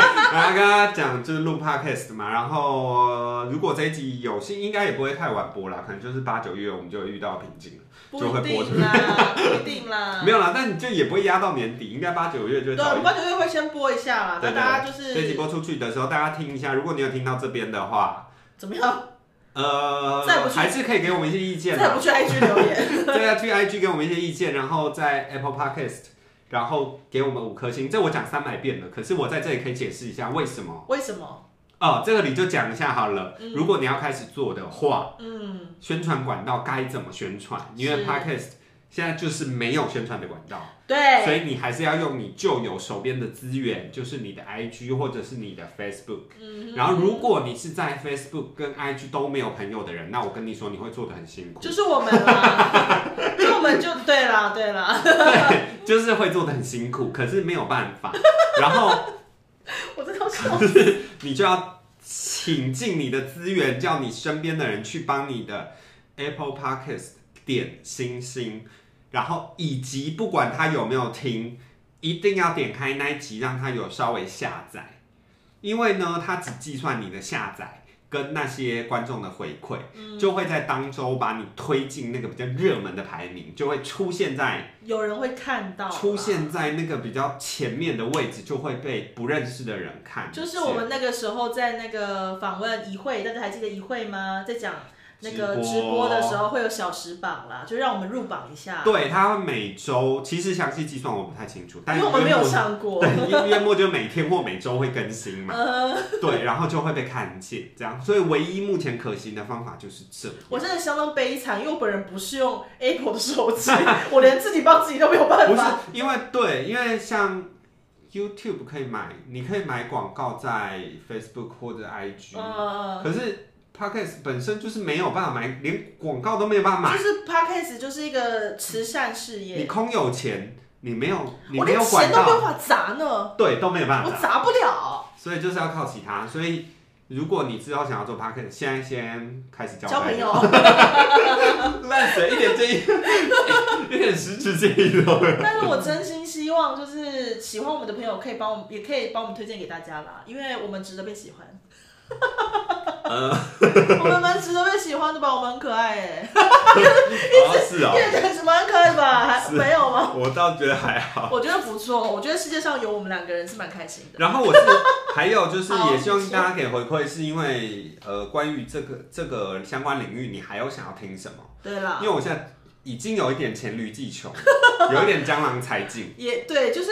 Speaker 2: 跟大家讲就是录 podcast 嘛，然后、呃如果这一集有幸，应该也不会太晚播啦，可能就是八九月我们就会遇到瓶颈了，
Speaker 1: 不
Speaker 2: 就会
Speaker 1: 一
Speaker 2: 播出
Speaker 1: 定啦，不一定啦。
Speaker 2: 没有啦，但你就也不会压到年底，应该八九 月就会
Speaker 1: 嗯对，啊我
Speaker 2: 到
Speaker 1: 们八九月会先播一下啦，
Speaker 2: 对
Speaker 1: 那
Speaker 2: 对
Speaker 1: 大家就
Speaker 2: 这集
Speaker 1: 是
Speaker 2: 播出去的时候，大家听一下。如果你有听到这边的话，
Speaker 1: 怎么样，
Speaker 2: 呃
Speaker 1: 再不，去
Speaker 2: 还是可以给我们一些意见
Speaker 1: 再
Speaker 2: 的。
Speaker 1: 不去 IG 留言。
Speaker 2: 对啊，去 IG 给我们一些意见，然后在 Apple Podcast，然后给我们五颗星。这我讲三百遍了，可是我在这里可以解释一下为什么。
Speaker 1: 为什 么？
Speaker 2: 哦，这个你就讲一下好了。
Speaker 1: 嗯
Speaker 2: 如果你要开始做的话，
Speaker 1: 嗯，
Speaker 2: 宣传管道该怎么宣传？因为
Speaker 1: 是
Speaker 2: Podcast 现在就是没有宣传的管道。
Speaker 1: 对，
Speaker 2: 所以你还是要用你旧有手边的资源，就是你的 IG 或者是你的 Facebook。
Speaker 1: 嗯
Speaker 2: 然后，如果你是在 Facebook 跟 IG 都没有朋友的人，那我跟你说，你会做的很辛苦，
Speaker 1: 就是我们啦， 就我们就对啦，对啦，
Speaker 2: 对，就是会做的很辛苦，可是没有办法。然后
Speaker 1: 我真的笑。
Speaker 2: 你就要请尽你的资源，叫你身边的人去帮你的 Apple Podcast 点星星，然后以及不管他有没有听，一定要点开那一集，让他有稍微下载，因为呢，它只计算你的下载跟那些观众的回馈，
Speaker 1: 嗯
Speaker 2: 就会在当周把你推进那个比较热门的排名，就会出现在。
Speaker 1: 有人会看到啦
Speaker 2: 出，现在那个比较前面的位置，就会被不认识的人看见。
Speaker 1: 就是我们那个时候在那个访问一会，大家还记得一会吗？在讲那个
Speaker 2: 直播
Speaker 1: 直播的时候会有小时榜啦，就让我们入榜一下，
Speaker 2: 对他每周，其实详细计算我不太清楚，
Speaker 1: 因
Speaker 2: 但
Speaker 1: 为我们没有
Speaker 2: 月末
Speaker 1: 上过。
Speaker 2: 对，因为月末就每天或每周会更新 嘛，
Speaker 1: 呃，
Speaker 2: 对，然后就会被看见，这样，所以唯一目前可行的方法就是这样。
Speaker 1: 我真的相当悲惨，因为我本人不是用 Apple 的手机， 我连自己帮自己都没有办
Speaker 2: 不是
Speaker 1: 法。
Speaker 2: 因为对，因为像 YouTube 可以买，你可以买广告在 Facebook 或者 IG，、
Speaker 1: 呃，
Speaker 2: 可是 Podcast 本身就是没有办法买，连广告都没有办法买，
Speaker 1: 就是 Podcast 就是一个慈善事业，
Speaker 2: 你空有钱，你没有，你
Speaker 1: 我
Speaker 2: 没
Speaker 1: 连
Speaker 2: 有管
Speaker 1: 钱都没有
Speaker 2: 道，
Speaker 1: 办法砸呢，
Speaker 2: 对，都没有办法
Speaker 1: 我砸不了。
Speaker 2: 所以就是要靠其他。所以如果你之后想要做 p a r k e t 现在先开始交
Speaker 1: 交朋
Speaker 2: 友，
Speaker 1: 友。
Speaker 2: 烂水一点建议，一点实质建议 都没有。
Speaker 1: 但是我真心希望，就是喜欢我们的朋友可以帮我们，也可以帮我们推荐给大家啦，因为我们值得被喜欢。
Speaker 2: 呃
Speaker 1: 我们蛮值得被喜欢的吧？我们很可爱哎、
Speaker 2: 哦，是哦，
Speaker 1: 欸，叶什蛮可爱的吧？还没有吗？
Speaker 2: 我倒觉得还好。
Speaker 1: 我觉得不错，我觉得世界上有我们两个人是蛮开心的。
Speaker 2: 然后我是还有就是，
Speaker 1: 好
Speaker 2: 也希望大家可以回馈，是因为呃，关于这个这个相关领域，你还有想要听什么？
Speaker 1: 对啦
Speaker 2: 因，为我现在已经有一点黔驴技穷了，有一点江郎才尽。
Speaker 1: 也对，就是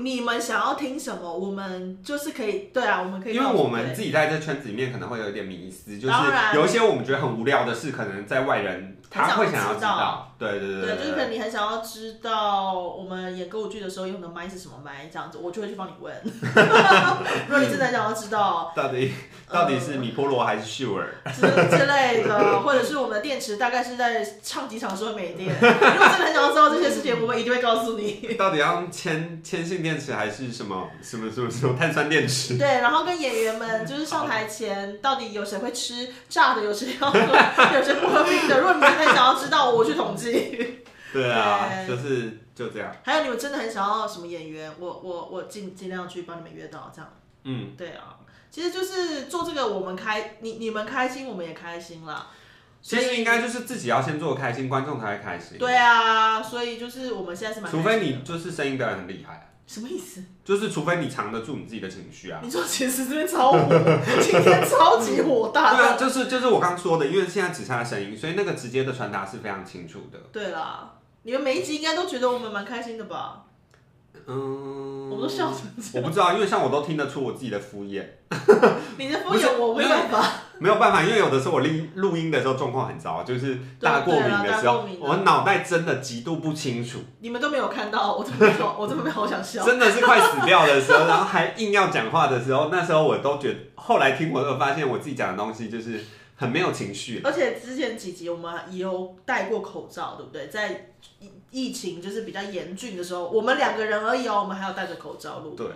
Speaker 1: 你们想要听什么，我们就是可以。对啊，我们可以
Speaker 2: 因为
Speaker 1: 告诉
Speaker 2: 我们
Speaker 1: 对
Speaker 2: 自己在这圈子里面可能会有一点迷思，就是
Speaker 1: 当然
Speaker 2: 有一些我们觉得很无聊的事，可能在外人
Speaker 1: 很
Speaker 2: 他
Speaker 1: 想
Speaker 2: 会想要
Speaker 1: 知
Speaker 2: 知
Speaker 1: 道
Speaker 2: 道。对对
Speaker 1: 对，就是
Speaker 2: 对
Speaker 1: 可能你很想要知道我们演歌舞剧的时候用的麦是什么麦，这样子，我就会去帮你问。如果你真的想要知道
Speaker 2: 到底
Speaker 1: 呃
Speaker 2: 到底是米波罗还是 Sure？
Speaker 1: 之之类的，或者是我们的电池大概是在唱几场的时候会没电，如果真的很想要知道这些事情，我们一定会告诉你。
Speaker 2: 到底要用铅铅性电池还是什么什么什么什么碳酸电池？
Speaker 1: 对，然后跟演员们就是上台前，到底有谁会吃炸的，有谁要喝，有谁不喝冰的。如果你真的想要知道，我去统计。
Speaker 2: 对啊，
Speaker 1: 对
Speaker 2: 就是就这样。
Speaker 1: 还有你们真的很想要什么演员，我我我尽尽量去帮你们约到这样。
Speaker 2: 嗯，
Speaker 1: 对啊，其实就是做这个，我们开你你们开心，我们也开心啦。
Speaker 2: 其实应该就是自己要先做开心，观众才会开心。
Speaker 1: 对啊，所以就是我们现在是蛮开
Speaker 2: 除
Speaker 1: 心的
Speaker 2: 非你就是声音表演很厉害，
Speaker 1: 什么意思？
Speaker 2: 就是除非你藏得住你自己的情绪啊。
Speaker 1: 你说其实这边超火，今天超级火
Speaker 2: 对
Speaker 1: 大。
Speaker 2: 啊，就是就是我刚说的，因为现在只差声音，所以那个直接的传达是非常清楚的。
Speaker 1: 对啦，你们每一集应该都觉得我们蛮开心的吧？
Speaker 2: 嗯，
Speaker 1: 我都笑成
Speaker 2: 我不知道，因为像我都听得出我自己的敷衍，
Speaker 1: 你的敷
Speaker 2: 不是
Speaker 1: 衍我没办法。
Speaker 2: 没有办法，因为有的时候我录录音的时候状况很糟，就是大过敏的
Speaker 1: 对
Speaker 2: 时
Speaker 1: 对啊大过
Speaker 2: 候
Speaker 1: 敏，啊
Speaker 2: 我脑袋真的极度不清楚，
Speaker 1: 你们都没有看到，我真的没有，我真的没有好想 笑。
Speaker 2: 真的是快死掉的时候，然后还硬要讲话的时候，那时候我都觉得，后来听我都发现我自己讲的东西就是很没有情绪了。
Speaker 1: 而且之前几集我们也有戴过口罩，对不对？在疫疫情就是比较严峻的时候，我们两个人而已哦，我们还有戴着口罩录。
Speaker 2: 对，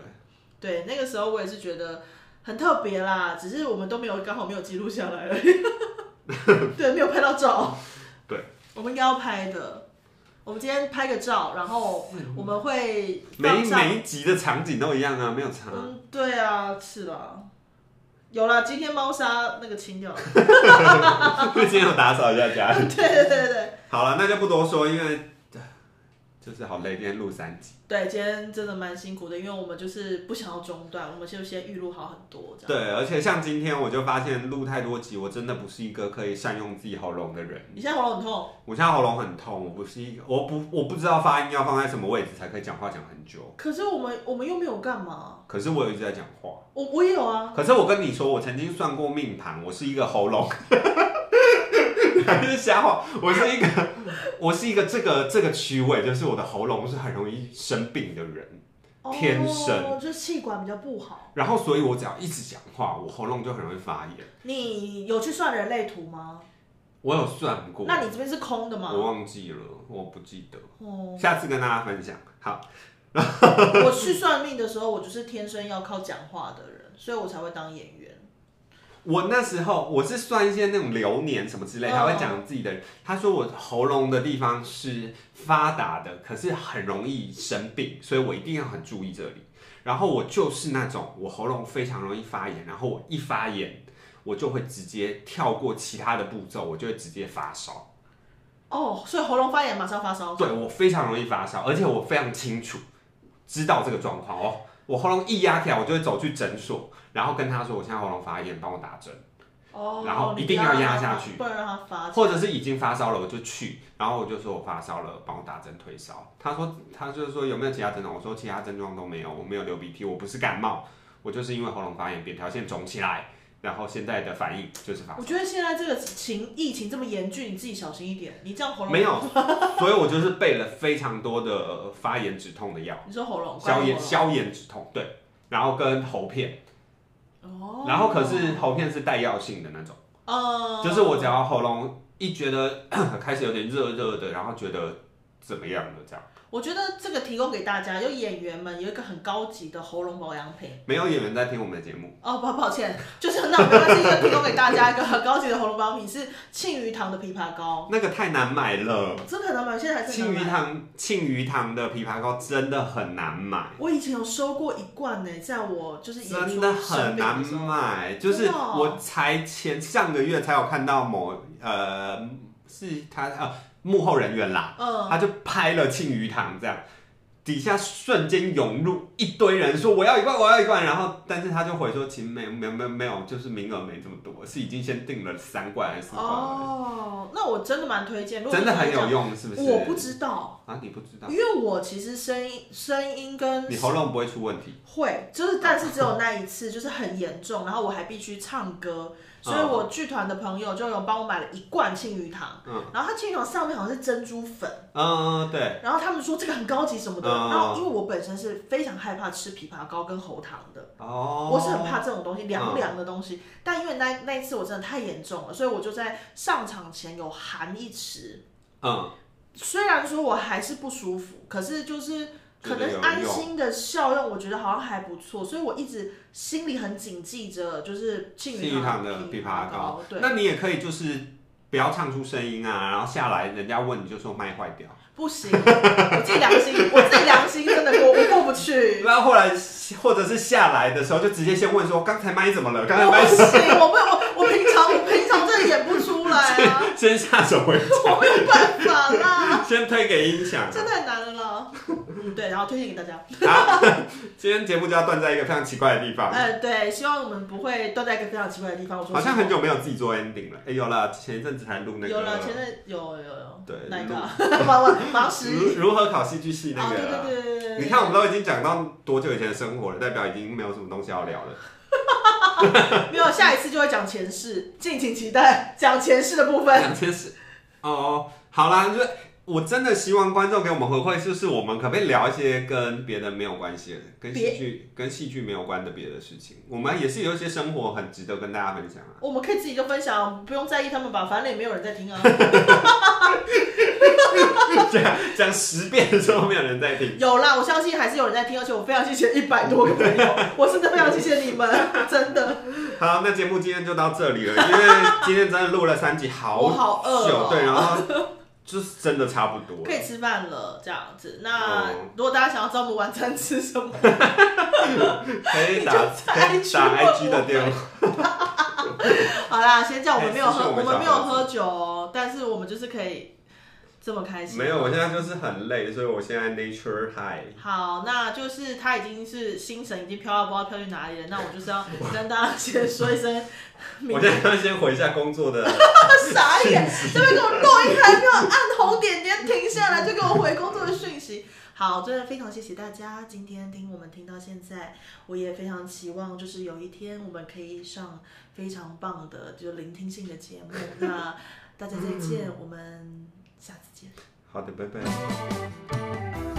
Speaker 1: 对，那个时候我也是觉得很特别啦，只是我们都没有刚好没有记录下来而已。 对，没有拍到照。
Speaker 2: 对，
Speaker 1: 我们应该要拍的。我们今天拍个照，然后我们 会
Speaker 2: 每
Speaker 1: 放
Speaker 2: 一
Speaker 1: 上。
Speaker 2: 每一集的场景都一样啊，没有差。
Speaker 1: 嗯，对啊，是啦。有啦，今天猫砂那个清掉了。
Speaker 2: 最近要打扫一下家里。
Speaker 1: 对对对对
Speaker 2: 好了，那就不多说，因为呃就是好累，今天录三集。
Speaker 1: 对，今天真的蛮辛苦的，因为我们就是不想要中断，我们就先预录好很多这样。
Speaker 2: 对，而且像今天我就发现录太多集，我真的不是一个可以善用自己喉咙的人。
Speaker 1: 你现在喉咙很痛，
Speaker 2: 我现在喉咙很痛，我不是一，我不我不知道发音要放在什么位置才可以讲话讲很久。
Speaker 1: 可是我们我们又没有干嘛，
Speaker 2: 可是我有一直在讲话。
Speaker 1: 我我也有啊，
Speaker 2: 可是我跟你说，我曾经算过命盘，我是一个喉咙， 还是瞎话。我是一个，我是一个这个这个区位，就是我的喉咙是很容易生病的人。天生
Speaker 1: 哦、就是气管比较不好。
Speaker 2: 然后，所以我只要一直讲话，我喉咙就很容易发炎。
Speaker 1: 你有去算人类图吗？
Speaker 2: 我有算过，
Speaker 1: 那你这边是空的吗？
Speaker 2: 我忘记了，我不记得，
Speaker 1: 哦，
Speaker 2: 下次跟大家分享。好，
Speaker 1: 我去算命的时候，我就是天生要靠讲话的人，所以我才会当演员。
Speaker 2: 我那时候我是算一些那种流年什么之类，
Speaker 1: 嗯
Speaker 2: 他会讲自己的。他说我喉咙的地方是发达的，可是很容易生病，所以我一定要很注意这里。然后我就是那种我喉咙非常容易发炎，然后我一发炎，我就会直接跳过其他的步骤，我就会直接发烧。
Speaker 1: 哦，所以喉咙发炎马上发烧。
Speaker 2: 对我非常容易发烧，而且我非常清楚知道这个状况哦。我喉咙一压起来，我就会走去诊所，然后跟他说我现在喉咙发炎，帮我打针，
Speaker 1: 哦，
Speaker 2: 然后
Speaker 1: 你
Speaker 2: 一定
Speaker 1: 不
Speaker 2: 要压
Speaker 1: 让它
Speaker 2: 下去
Speaker 1: 不能让它发。
Speaker 2: 或者是已经发烧了，我就去，然后我就说我发烧了，帮我打针退烧。他说他就是说有没有其他症状？我说其他症状都没有，我没有流鼻涕，我不是感冒，我就是因为喉咙发炎，扁桃腺肿起来，然后现在的反应就是发
Speaker 1: 我觉得现在这个情疫情这么严峻，你自己小心一点。你这样喉咙
Speaker 2: 没，有，所以我就是备了非常多的呃发炎止痛的药，
Speaker 1: 你说喉咙
Speaker 2: 消炎
Speaker 1: 关
Speaker 2: 消炎止痛，对，然后跟喉片。
Speaker 1: 哦，
Speaker 2: 然后可是喉片是带药性的那种，
Speaker 1: 呃，
Speaker 2: 就是我只 要喉咙一觉得开始有点热热的，然后觉得怎么样了这样，
Speaker 1: 我觉得这个提供给大家，有演员们有一个很高级的喉咙保养品。
Speaker 2: 没有演员在听我们的节目，
Speaker 1: 哦，抱抱歉，就是那我们是一个提供给大家一个很高级的喉咙保养品，是庆余堂的枇杷膏，
Speaker 2: 那个太难买了。
Speaker 1: 真的哦很难买，现在还是
Speaker 2: 庆
Speaker 1: 很
Speaker 2: 余
Speaker 1: 难买。
Speaker 2: 堂庆余堂的枇杷膏真的很难买，
Speaker 1: 我以前有收过一罐呢，在我就是演
Speaker 2: 真
Speaker 1: 出
Speaker 2: 的
Speaker 1: 生
Speaker 2: 很
Speaker 1: 病
Speaker 2: 难
Speaker 1: 时候
Speaker 2: 买。就是
Speaker 1: 真的哦
Speaker 2: 我才前上个月才有看到某呃是他呃幕后人员啦，
Speaker 1: 嗯，
Speaker 2: 他就拍了庆余堂这样，底下瞬间涌入一堆人说我要一罐，我要一罐，然后但是他就回说其实没有没有没有没有，就是名额没这么多，是已经先订了三罐还是四罐了，
Speaker 1: 哦，那我真的蛮推荐，如果
Speaker 2: 真的很有
Speaker 1: 用，
Speaker 2: 用是不是？
Speaker 1: 我不知道，
Speaker 2: 啊，你不知道，
Speaker 1: 因为我其实声音声音跟
Speaker 2: 你喉咙不会出问题，
Speaker 1: 会，就是但是只有那一次，就是很严重，然后我还必须唱歌，所
Speaker 2: 嗯
Speaker 1: 以我剧团的朋友就有帮我买了一罐庆余堂，
Speaker 2: 嗯
Speaker 1: 然后它庆余堂上面好像是珍珠粉，
Speaker 2: 嗯对，
Speaker 1: 然后他们说这个很高级什么的，
Speaker 2: 嗯
Speaker 1: 然后因为我本身是非常害怕吃枇杷膏跟喉糖的。
Speaker 2: 哦，
Speaker 1: 我是很怕这种东西，
Speaker 2: 嗯
Speaker 1: 凉凉的东西。但因为那那一次我真的太严重了，所以我就在上场前有含一匙。
Speaker 2: 嗯，
Speaker 1: 虽然说我还是不舒服，可是就是可
Speaker 2: 觉得
Speaker 1: 能
Speaker 2: 有用
Speaker 1: 安心的效用，我觉得好像还不错，所以我一直心里很谨记着，就是庆
Speaker 2: 庆余堂的枇
Speaker 1: 枇
Speaker 2: 杷膏
Speaker 1: 膏。，对，
Speaker 2: 那你也可以就是不要唱出声音啊，然后下来人家问你就说麦坏掉。
Speaker 1: 不行，我自己良心，我自己良心真的过我过不去。
Speaker 2: 然后后来或者是下来的时候，就直接先问说：“刚才麦怎么了？刚 才
Speaker 1: 我
Speaker 2: 麦
Speaker 1: 不行，我不我我平常我平常真的演不出来 啊，
Speaker 2: 先下手为
Speaker 1: 我没有办法啦。
Speaker 2: 强，先推给音响。
Speaker 1: 真的很难了啦。嗯，对，然后推荐给大家。
Speaker 2: 今天节目就要断在一个非常奇怪的地方，
Speaker 1: 呃，对，希望我们不会断在一个非常奇怪的地方。我说
Speaker 2: 好像很久没有自己做 ending 了。哎，有了，前一阵子还录那个，
Speaker 1: 有了，前阵有有有，
Speaker 2: 对
Speaker 1: 哪一个啊？ 忙忙忙十一。
Speaker 2: 如如何考戏剧系那
Speaker 1: 哦，对
Speaker 2: 个。啊
Speaker 1: 对对对对对。
Speaker 2: 你看，我们都已经讲到多久以前的生活了，代表已经没有什么东西要聊 了。
Speaker 1: 没有，下一次就会讲前世，敬请期待讲前世的部分。
Speaker 2: 两千是哦，好啦，就是我真的希望观众给我们回馈，就是我们可不可以聊一些跟别人没有关系的、跟
Speaker 1: 别
Speaker 2: 戏剧、跟戏剧没有关的别的事情？我们也是有一些生活很值得跟大家分享啊。
Speaker 1: 我们可以自己就分享，不用在意他们吧，反正也没有人在听啊。
Speaker 2: 这样啊讲十遍的时候没有人在听，
Speaker 1: 有啦，我相信还是有人在听，而且我非常谢谢一百多个朋友，我真的非常谢谢你们，真的。
Speaker 2: 好，那节目今天就到这里了， 因为今天真的录了三集，好久，
Speaker 1: 我好饿哦
Speaker 2: 对，然后就是真的差不多
Speaker 1: 可
Speaker 2: 了。
Speaker 1: 以吃饭了，这样子。那
Speaker 2: 哦
Speaker 1: 如果大家想要知道我们晚餐吃什么，
Speaker 2: 可以打可
Speaker 1: 你
Speaker 2: 以
Speaker 1: 就
Speaker 2: 打
Speaker 1: 在
Speaker 2: IG 的电话，
Speaker 1: 好啦，先这样，我们没有
Speaker 2: 哎私
Speaker 1: 喝，
Speaker 2: 讯我
Speaker 1: 我
Speaker 2: 们
Speaker 1: 们没有
Speaker 2: 小盒
Speaker 1: 喝酒哦，但是我们就是可以这么开心。
Speaker 2: 没有，我现在就是很累，所以我现在 nature high。
Speaker 1: 好，那就是他已经是心神已经飘到不知道飘去哪里了，那我就是要跟大家先说一声 明
Speaker 2: 我现在要先回一下工作的，
Speaker 1: 傻眼，这边给我录音还没有按红点点停下来，就给我回工作的讯息。好，真的非常谢谢大家今天听我们听到现在，我也非常期望就是有一天我们可以上非常棒的就聆听性的节目。那大家再见，我们下次见。
Speaker 2: 好的，拜拜。